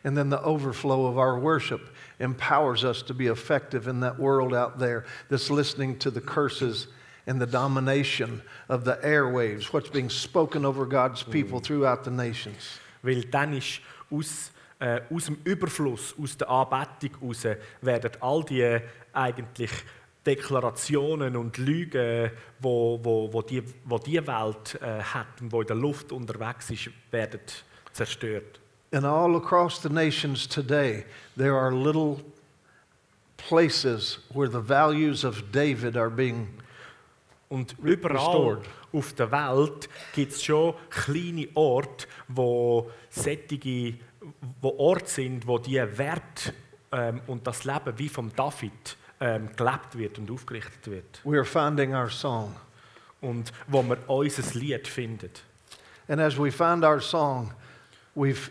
A: And then the overflow of our worship empowers us to be effective in that world out there that's listening to the curses and the domination of the airwaves, what's being spoken over God's people throughout the nations.
B: Weil dann ist aus, äh, aus dem Überfluss, aus der Anbetung heraus, werden all die eigentlich Deklarationen und Lügen, wo, wo, wo, die, wo die Welt äh, hat und wo in der Luft unterwegs ist, werden zerstört.
A: And all across the nations today, there are little places where the values of David are being.
B: Und überall
A: restored.
B: auf der Welt gibt es schon kleine Orte, wo sättige, wo Orte sind, wo die Wert ähm, und das Leben wie vom David ähm, gelebt wird und aufgerichtet wird.
A: We are finding our song.
B: Und wo man unser Lied findet.
A: And as we find our song, we've,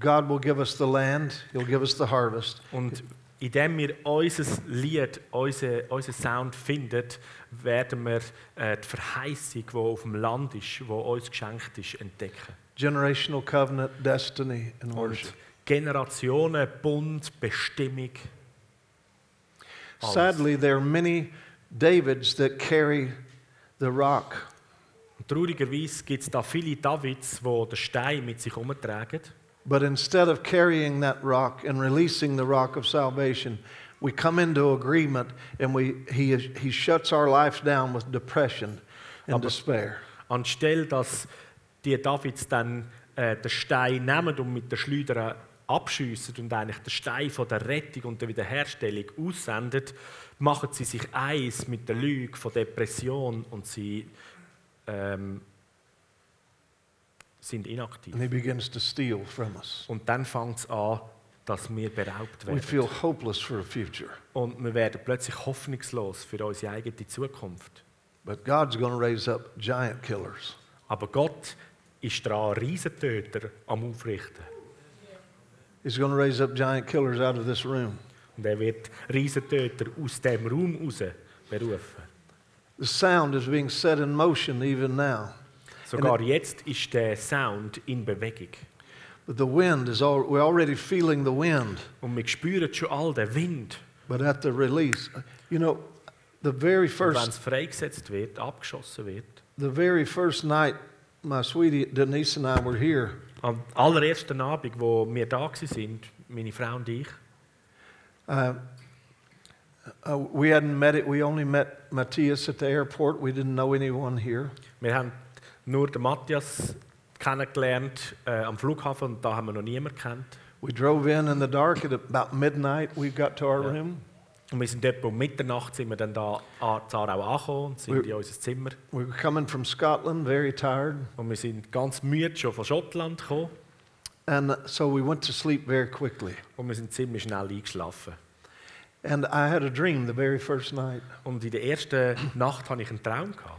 A: God will give us the land, He'll give us the harvest.
B: Und indem wir unser Lied, unseren unser Sound findet, werden wir äh, die Verheißung, die auf dem Land ist, die uns geschenkt ist, entdecken.
A: Generational covenant, destiny, and worship.
B: Und Generationen, Bund, Bestimmung. alles.
A: Sadly, there are many Davids that carry the rock.
B: Und traurigerweise gibt es da viele Davids, die den Stein mit sich herumtragen.
A: But instead of carrying that rock and releasing the rock of salvation, we come into agreement and we, he, he shuts our life down with depression and
B: Aber-
A: despair.
B: Anstelle, dass die Davids dann äh, den Stein nehmen und mit den Schleudern abschiessen und eigentlich den Stein von der Rettung und der Wiederherstellung aussenden, machen sie sich eins mit der Lüge von Depression und sie ähm, sind inaktiv.
A: And he begins to steal from us.
B: Und dann fängt es an, dass wir beraubt
A: We
B: werden.
A: feel hopeless for a future.
B: Und wir werden plötzlich hoffnungslos für unsere eigene Zukunft.
A: But God's going to raise up giant killers.
B: Aber Gott ist dran, Riesentöter am Aufrichten.
A: He's going to raise up giant killers out of this room.
B: Und er wird Riesentöter aus dem Raum raus berufen.
A: The sound is being set in motion even now.
B: Sogar jetzt ist der Sound in Bewegung.
A: But the wind is all, we're already feeling the wind.
B: Und wir spüren schon all den Wind.
A: But at the release, you know, the very
B: Und wenn
A: first
B: es freigesetzt wird, abgeschossen wird.
A: The very first night my sweetie Denise and I were here,
B: Am allerersten Abend, wo wir da gewesen sind, meine Frau und ich,
A: uh, uh, we hadn't met it. We only met Matthias at the airport. We didn't know anyone here.
B: wir haben nur den Matthias kennengelernt äh, am Flughafen und da haben wir noch niemanden kennt.
A: We drove in in the dark at about midnight. We got to our
B: Yeah.
A: room.
B: Und wir sind etwa um Mitternacht sind wir dann da an Zarau angekommen und sind
A: Wir-
B: in unser Zimmer.
A: We were coming from Scotland, very tired,
B: Und wir sind ganz müde schon von Schottland gekommen
A: and so we went to sleep very quickly.
B: und wir sind ziemlich schnell eingeschlafen.
A: And I had a dream the very first night.
B: Und in der ersten Nacht hatte ich einen Traum. Gehabt.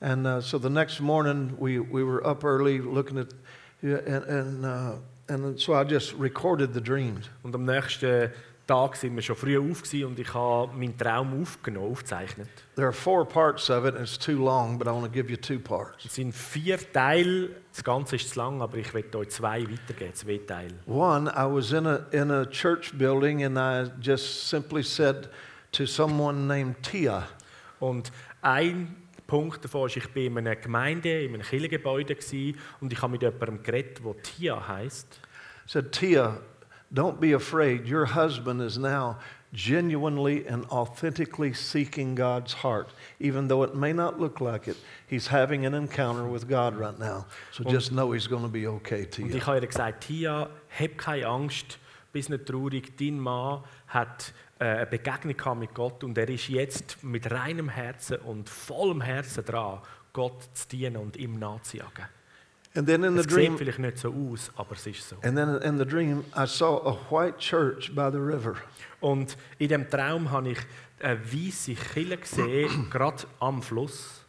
A: And uh, so the next morning, we, we were up early looking at, yeah, and, and, uh, and so I just recorded the dreams.
B: Und am nächsten Tag sind wir schon früh auf gewesen und ich habe meinen Traum aufgenommen, aufgezeichnet.
A: There are four parts of it, and it's too long, but I want to give you two parts.
B: Es sind vier Teile, das Ganze ist zu lang, aber ich werde euch zwei weitergeben, zwei Teile.
A: One, I was in a, in a church building, and I just simply said to someone named Tia,
B: Und ein Punkt davon ist, ich war in einer Gemeinde, in einem Kirchengebäude gewesen und ich habe mit jemandem geredet, der Tia heisst.
A: said, Tia, don't be afraid. Your husband is now genuinely and authentically seeking God's heart. Even though it may not look like it, he's having an encounter with God right now. So just know he's going to be okay,
B: Und
A: Tia.
B: ich habe ihr gesagt, Tia, hab keine Angst, bist nicht traurig, dein Mann hat äh, eine Begegnung gehabt mit Gott und er ist jetzt mit reinem Herzen und vollem Herzen dran, Gott zu dienen und ihm nachzujagen.
A: And then in the
B: Es sieht
A: dream,
B: vielleicht nicht so aus, aber es ist so.
A: and then in the dream, I saw a white church by the river.
B: Und in dem Traum habe ich eine weiße Kille gesehen, gerade am Fluss.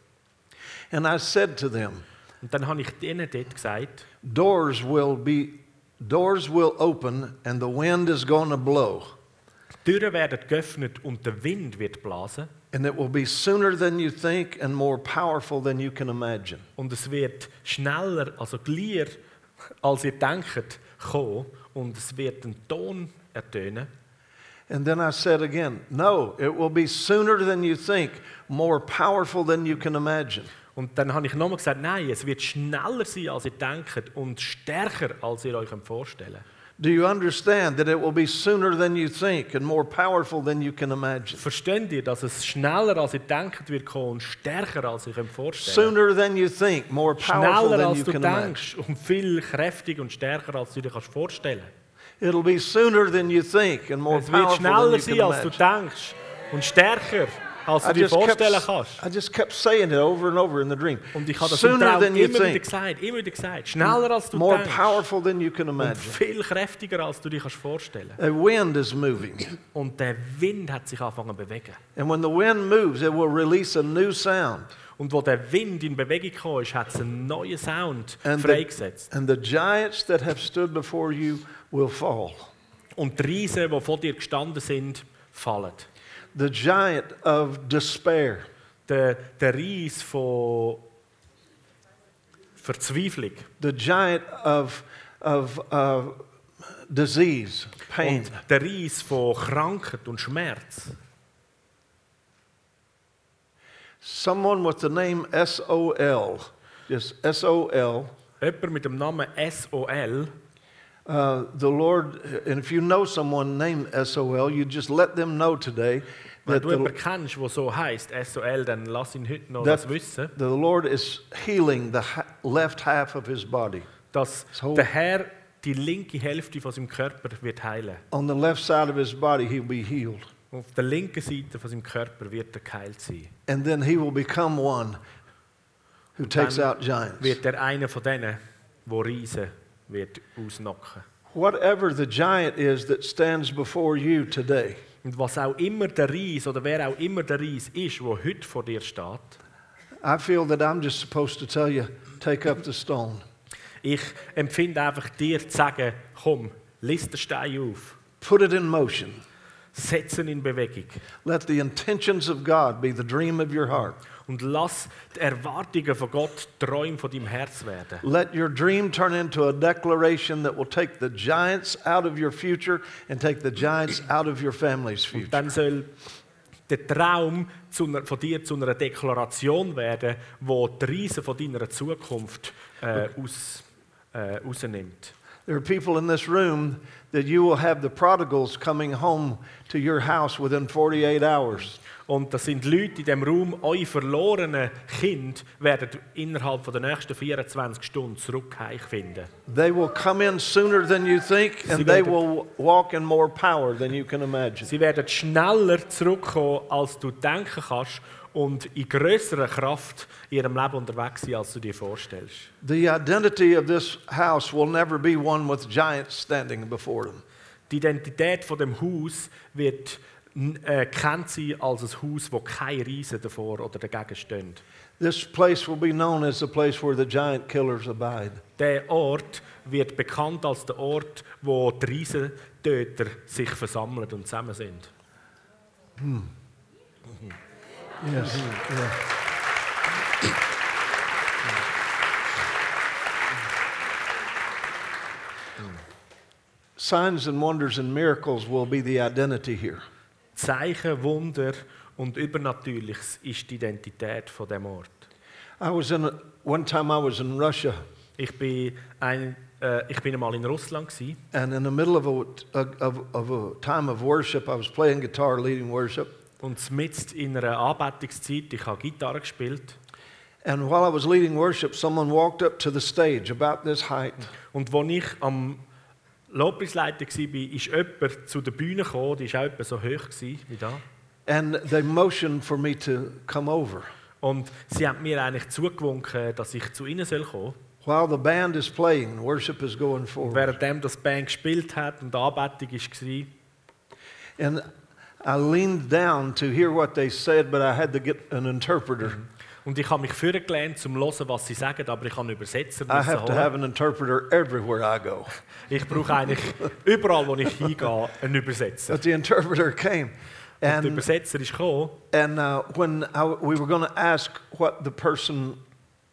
A: And I said to them,
B: Und dann habe ich denen dort gesagt,
A: doors will be doors will open and the wind is going to blow
B: die Türen werden geöffnet und der Wind wird blasen.
A: and it will be sooner than you think and more powerful than you can imagine
B: Und es wird schneller, also gleicher, als ihr denkt, kommen. Und es wird ein Ton ertönen.
A: and then i said again no it will be sooner than you think more powerful than you can imagine
B: Und dann habe ich nochmal gesagt, nein, es wird schneller sein, als ihr denkt und stärker, als ihr euch vorstellen könnt.
A: do you understand that it will be sooner than you think and more powerful than you can imagine
B: Versteht ihr, dass es schneller, als ihr denkt, wird kommen und stärker, als ihr euch vorstellen könnt?
A: sooner than you think more powerful
B: Schneller
A: than
B: als
A: you
B: du
A: can imagine
B: denkst und viel kräftiger und stärker als du dir kannst vorstellen
A: it'll be sooner than you think and more
B: Es wird
A: powerful than
B: schneller
A: you can
B: sein als du
A: imagine
B: denkst und stärker als
A: I
B: du dir
A: just, kept,
B: vorstellen kannst.
A: I just kept saying it over and over in the dream.
B: Und ich habe das im
A: Sooner
B: Traum
A: than you
B: immer wieder
A: think,
B: gesagt, immer wieder gesagt, schneller als du
A: more
B: denkst
A: powerful than you can
B: und
A: imagine.
B: viel kräftiger als du dir kannst vorstellen.
A: A wind is moving,
B: Und der Wind hat sich angefangen zu bewegen.
A: and when the wind moves, it will release a new sound.
B: Und wo der Wind in Bewegung kam, ist, hat es einen neuen Sound
A: And
B: freigesetzt.
A: and the giants that have stood before you will fall.
B: Und die Riesen, die vor dir gestanden sind, fallen.
A: The giant of despair,
B: Der, der Ries von Verzweiflung
A: the giant of of uh, disease, pain,
B: und der Ries von Krankheit und Schmerz.
A: someone with the name S O L, just S O L.
B: Jemand mit dem Namen SOL
A: Uh, the Lord, and if you know someone named SOL, you just let them know today
B: Wenn
A: that
B: du
A: the,
B: jemanden kennst, der so heisst, SOL, dann lass ihn heute noch
A: That-
B: das wissen,
A: the Lord is healing the ha- left half of his body.
B: dass
A: So-
B: der Herr die linke Hälfte von seinem Körper wird heilen.
A: On the left side of his body, he'll be healed.
B: Auf der linken Seite von seinem Körper wird er geheilt sein.
A: And then he will become one who takes out giants.
B: Wird er einer von denen, wo Riesen wird ausnocken.
A: Whatever the giant is that stands before you today,
B: Und was auch immer der Ries oder wer auch immer der Ries ist, wo heute vor dir steht,
A: I feel that I'm just supposed to tell you, take up the stone,
B: ich empfinde einfach dir zu sagen, komm, list den Stein auf,
A: put it in motion.
B: setz ihn in Bewegung.
A: Let the intentions of God be the dream of your heart.
B: Und lass die Erwartungen von Gott die Träume von deinem Herz werden.
A: Let your dream turn into a declaration that will take the giants out of your future and take the giants out of your family's
B: Und
A: future.
B: dann soll der Traum zu einer, von dir zu einer Deklaration werden, wo die Riesen von deiner Zukunft äh, aus, äh, rausnimmt.
A: There are people in this room that you will have the prodigals coming home to your house within 48 hours.
B: Und das sind Leute in diesem Raum, eure verlorenen Kinder werden innerhalb von der nächsten 24 Stunden zurück finden.
A: They will come in sooner than you think and they will walk in more power than you can imagine.
B: Sie werden schneller zurückkommen, als du denken kannst und in grösserer Kraft in ihrem Leben unterwegs sein, als du dir vorstellst.
A: The identity of this house will never be one with giants standing before them.
B: Die Identität von dem Haus wird n- äh, kennt sie als ein Haus, wo keine Riesen davor oder dagegen stehen.
A: This place will be known as the place where the giant killers abide.
B: Der Ort wird bekannt als der Ort, wo die Riesentöter sich versammeln und zusammen sind.
A: Yes. yeah. Mm. Signs and wonders and miracles will be the identity here.
B: Zeichen, Wunder und Übernatürliches ist die Identität von dem Ort.
A: I was in a, one time I was in Russia,
B: Ich bin, ein, äh, ich bin einmal in Russland gsi
A: and in the middle of a, of, of a time of worship, I was playing guitar, leading worship.
B: und mitten in einer Anbetungszeit, ich habe Gitarre gespielt
A: And while I was leading worship, someone walked up to the stage about this height,
B: und als ich am Lobpreisleiter war, ist jemand zu der Bühne gekommen, die war auch etwa so hoch gsi wie da.
A: and they motioned for me to come over.
B: Und sie haben mir eigentlich zugewunken, dass ich zu ihnen soll kommen soll.
A: While the band is playing, worship is going
B: Und
A: forward.
B: währenddem das Band gespielt hat und die Anbetung war,
A: And I leaned down to hear what they said, but I had to get an interpreter.
B: und ich habe mich vorgelernt, um zu hören, was sie sagen, aber ich habe einen Übersetzer
A: I
B: müssen
A: have to
B: holen.
A: have an interpreter everywhere I go.
B: Ich brauche eigentlich überall, wo ich hingehe, einen Übersetzer.
A: But the interpreter came.
B: Und der
A: And,
B: Übersetzer ist gekommen
A: and uh, when I, we were going to ask what the person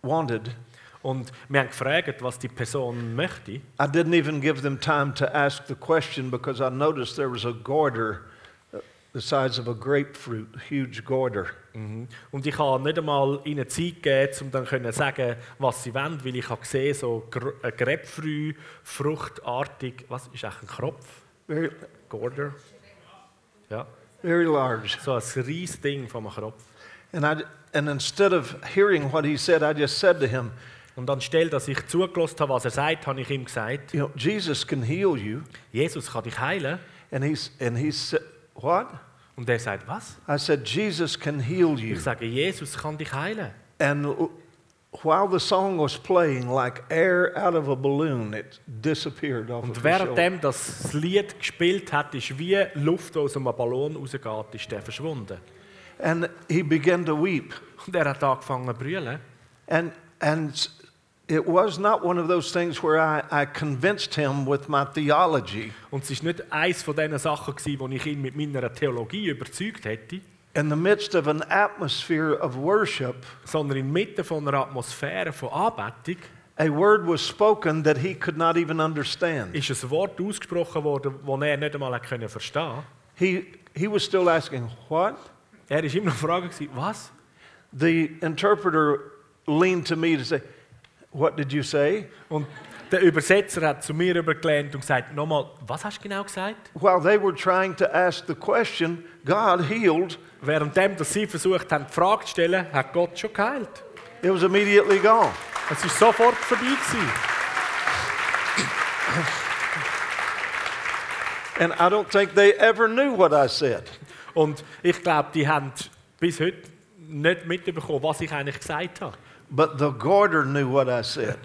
A: wanted,
B: und wir haben gefragt, was die Person möchte.
A: I didn't even give them time to ask the question because I noticed there was a goiter uh, the size of a grapefruit, huge goiter.
B: Mhm. Und ich habe nicht einmal ihnen Zeit gegeben, um dann können sagen, was sie wollen, weil ich habe gesehen, so Gr- äh, Grapefruit, fruchtartig, was ist eigentlich ein Kropf?
A: Very,
B: Gorder? Ja,
A: very large.
B: so ein riesiges Ding vom Kropf.
A: And, I, and instead of hearing what he said, I just said to him,
B: Und anstelle, dass ich zugelassen habe, was er sagt, habe ich ihm gesagt,
A: You know, Jesus can heal you.
B: Jesus kann dich heilen.
A: And, he's, and he said, What?
B: Und er sagt, was?
A: I said, Jesus can heal
B: Ich
A: you.
B: sage, Jesus kann dich heilen.
A: And l- while the song was playing, like air out of a balloon, it disappeared off of
B: Und
A: his shoulder.
B: währenddem das das Lied gespielt hat, ist wie Luft die aus einem Ballon rausgeht, ist der verschwunden.
A: And he began to weep.
B: Und er hat angefangen zu brüllen.
A: And, and it was not one of those things where I, I convinced him with my theology.
B: Und es war nicht eines von diesen Sachen, gewesen, wo ich ihn mit meiner Theologie überzeugt hätte,
A: In the midst of an atmosphere of worship,
B: sondern inmitten von einer Atmosphäre von Anbetung
A: a word was spoken that he could not even understand.
B: ist ein Wort ausgesprochen worden, das er nicht einmal hat können verstehen
A: He, he was still asking, What?
B: konnte. Er war immer noch fragen, was?
A: The interpreter leaned to me to say, What did you say?
B: Und der Übersetzer hat zu mir übergelernt und gesagt, nochmal, was hast du genau gesagt?
A: While they were trying to ask the question, God healed,
B: Währenddem, dass sie versucht haben, die Frage zu stellen, hat Gott schon geheilt.
A: it was immediately gone.
B: Es war sofort vorbei. Gewesen.
A: And I don't think they ever knew what I said.
B: Und ich glaube, die haben bis heute nicht mitbekommen, was ich eigentlich gesagt habe.
A: But the Gorder knew what I said.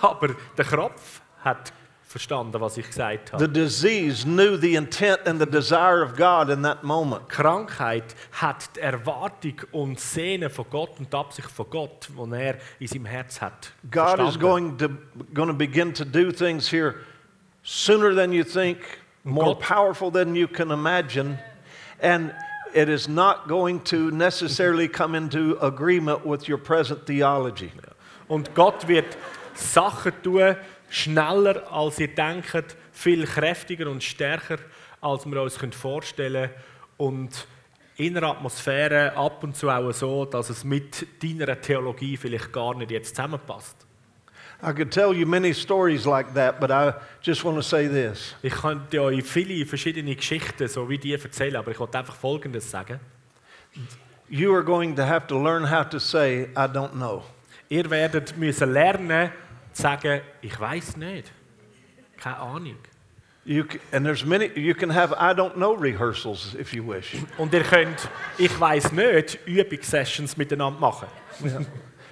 B: Aber der Kropf hat verstanden, was ich gesagt habe.
A: The disease knew the intent and the desire of God in that moment.
B: Die Krankheit hat die Erwartung und Sehne von Gott und die Absicht von Gott, die er in seinem Herz hat.
A: God is
B: verstanden.
A: going to, going to begin to do things here sooner than you think, more
B: God-
A: powerful than you can imagine, and it is not going to necessarily come into agreement with your present theology.
B: Und Gott wird Sachen tun, schneller als ihr denkt, viel kräftiger und stärker, als wir uns vorstellen können. Und in einer Atmosphäre ab und zu auch so, dass es mit deiner Theologie vielleicht gar nicht jetzt zusammenpasst.
A: I could tell you many stories like that, but I just want to say this.
B: Ich könnte euch viele verschiedene Geschichten, so wie die erzählen, aber ich wollte einfach Folgendes sagen.
A: You are going to have to learn how to say, I don't know.
B: Ihr werdet müssen lernen, zu sagen, ich weiß nicht. Keine Ahnung.
A: You c and there's many, you can have I don't know rehearsals if you wish.
B: Und ihr könnt, ich weiß nicht, Übungssessions miteinander machen.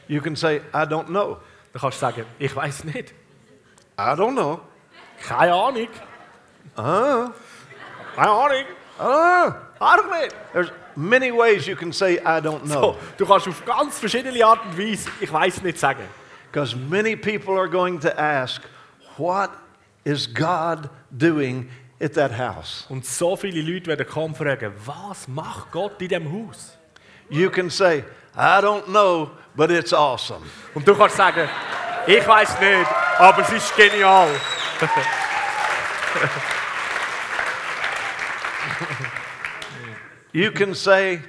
A: You can say, I don't know.
B: Dann kannst du sagen, ich weiß nicht.
A: I don't know.
B: Keine Ahnung.
A: Uh,
B: Keine Ahnung.
A: Ah, I don't know. There's many ways you can say I don't know
B: So, du kannst auf ganz verschiedene Art und Weise, ich weiß nicht sagen.
A: because many people are going to ask, what is God doing at that house?
C: Und so viele Leute werden kommen und fragen, was macht Gott in diesem Haus?
A: You can say, I don't know, but it's awesome.
B: Und du kannst sagen, ich weiß nicht, aber es ist genial.
A: You can say,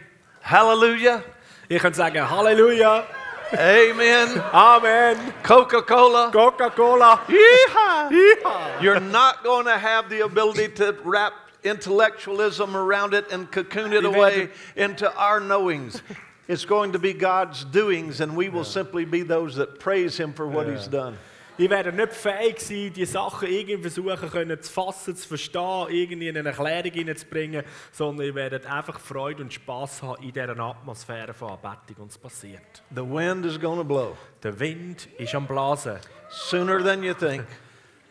A: Hallelujah,
B: Ich könnte sagen, Halleluja,
A: Amen,
B: Amen,
A: Coca Cola.
B: Coca-Cola.
A: Yeehaw! You're not going to have the ability to wrap intellectualism around it and cocoon it away into our knowings. It's going to be God's doings, and we will simply be those that praise Him for what He's done.
B: Ich werde nicht fähig sein, die Sachen irgendwie versuchen können zu fassen, zu verstehen, irgendwie in eine Erklärung hineinzubringen, sondern ihr werdet einfach Freude und Spaß haben in dieser Atmosphäre von Anbetung und es passiert.
A: The wind is going to blow
B: Der Wind ist am Blasen,
A: sooner than you think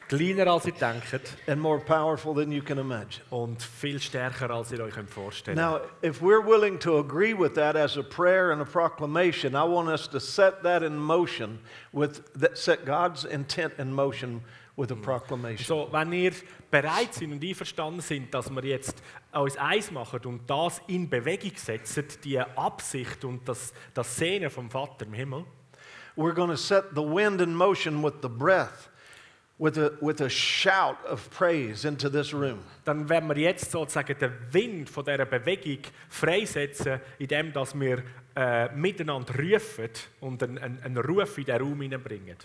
B: kleiner als ihr denkt
A: and more powerful than you can imagine.
B: und viel stärker als ihr euch könnt vorstellen
A: Now, if we're willing to agree with that as a prayer and a proclamation, I want us to set that in motion with that set God's intent in motion with a proclamation.
B: So, wenn ihr bereit sind und einverstanden sind, dass wir jetzt uns eins machen und das in Bewegung setzen, die Absicht und das, das Sehnen vom Vater im Himmel,
A: We're going to set the wind in motion with the breath, with a, with a shout of praise into this room.
B: dann werden wir jetzt sozusagen den Wind von dieser Bewegung freisetzen, indem dass wir äh, miteinander rufen und einen, einen, einen Ruf in den Raum hineinbringen.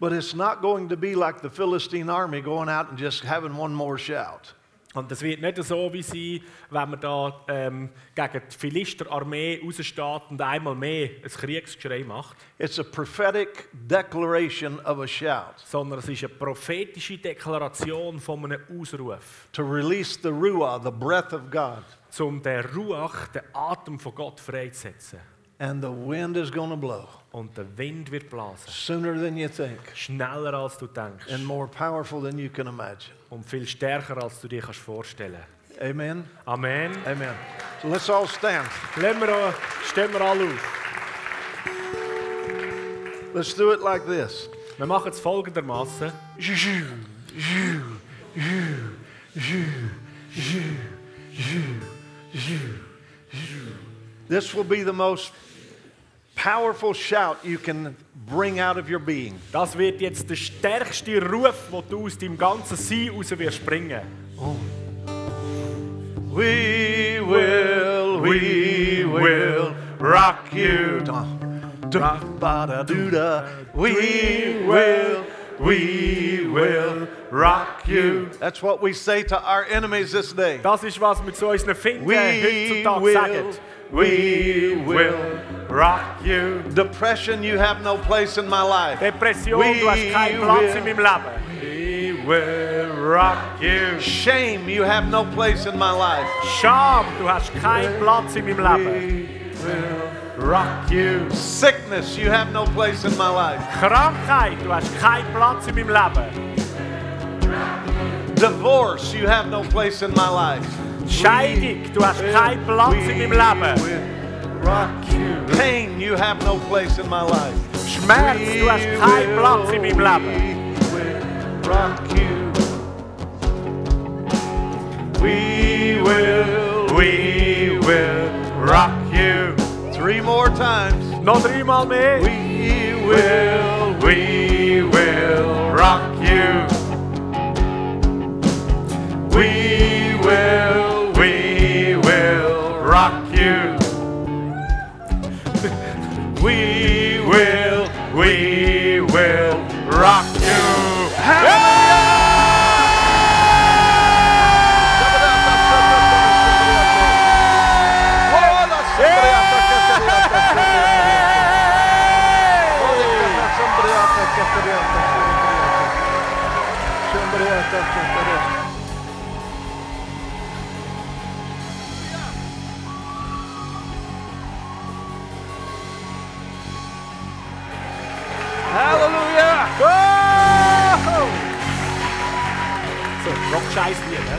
A: But it's not going to be like the Philistine army going out and just having one more shout.
B: Und es wird nicht so wie sein, wenn man da ähm, gegen die Philisterarmee raussteht und einmal mehr ein Kriegsgeschrei macht.
A: It's a prophetic declaration of a shout
B: sondern es ist eine prophetische Deklaration von einem Ausruf,
A: to release the Ruah, the breath of God.
B: um den Ruach, den Atem von Gott freizusetzen.
A: And the wind is going to blow
B: Und der Wind wird blasen,
A: sooner than you think
B: schneller als du denkst
A: and more powerful than you can imagine.
B: und viel stärker als du dir kannst vorstellen.
A: Amen.
B: Amen.
A: Amen. So let's all stand.
B: Lassen wir, stehen wir alle auf.
A: Let's do it like this.
B: Wir machen es folgendermaßen.
A: This will be the most powerful shout you can bring out of your being.
B: Das wird jetzt der stärkste Ruf, den du aus deinem ganzen Sein raus wirst bringen.
A: We will, we will rock you. We will, we will rock you. That's what we say to our enemies this day.
B: Das ist, was wir zu unseren Fingern
A: We
B: heutzutage
A: will,
B: sagen.
A: we will rock you. Depression, you have no place in my life.
B: Depression,
A: We
B: du hast keinen Platz in
A: will-
B: meinem Leben.
A: We will rock you. Shame, you have no place in my life.
B: Scham, du hast keinen Platz in meinem Leben.
A: Rock you. Sickness, you have no place in my life.
B: Krankheit, du hast keinen Platz in meinem Leben.
A: Divorce, you have no place in my life.
B: Scheidung, du hast keinen Platz in meinem Leben.
A: Pain, you have no place in my life.
B: Schmerz, du hast keinen Platz in meinem Leben.
A: We will, we will rock you. Three more times.
B: Noch dreimal mehr.
A: We will, we will rock you. We will, we will rock you. We will, we will rock you. Hallelujah!
B: So, Rock scheiß Lied, ne?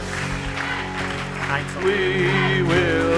B: Einsam.
A: We will.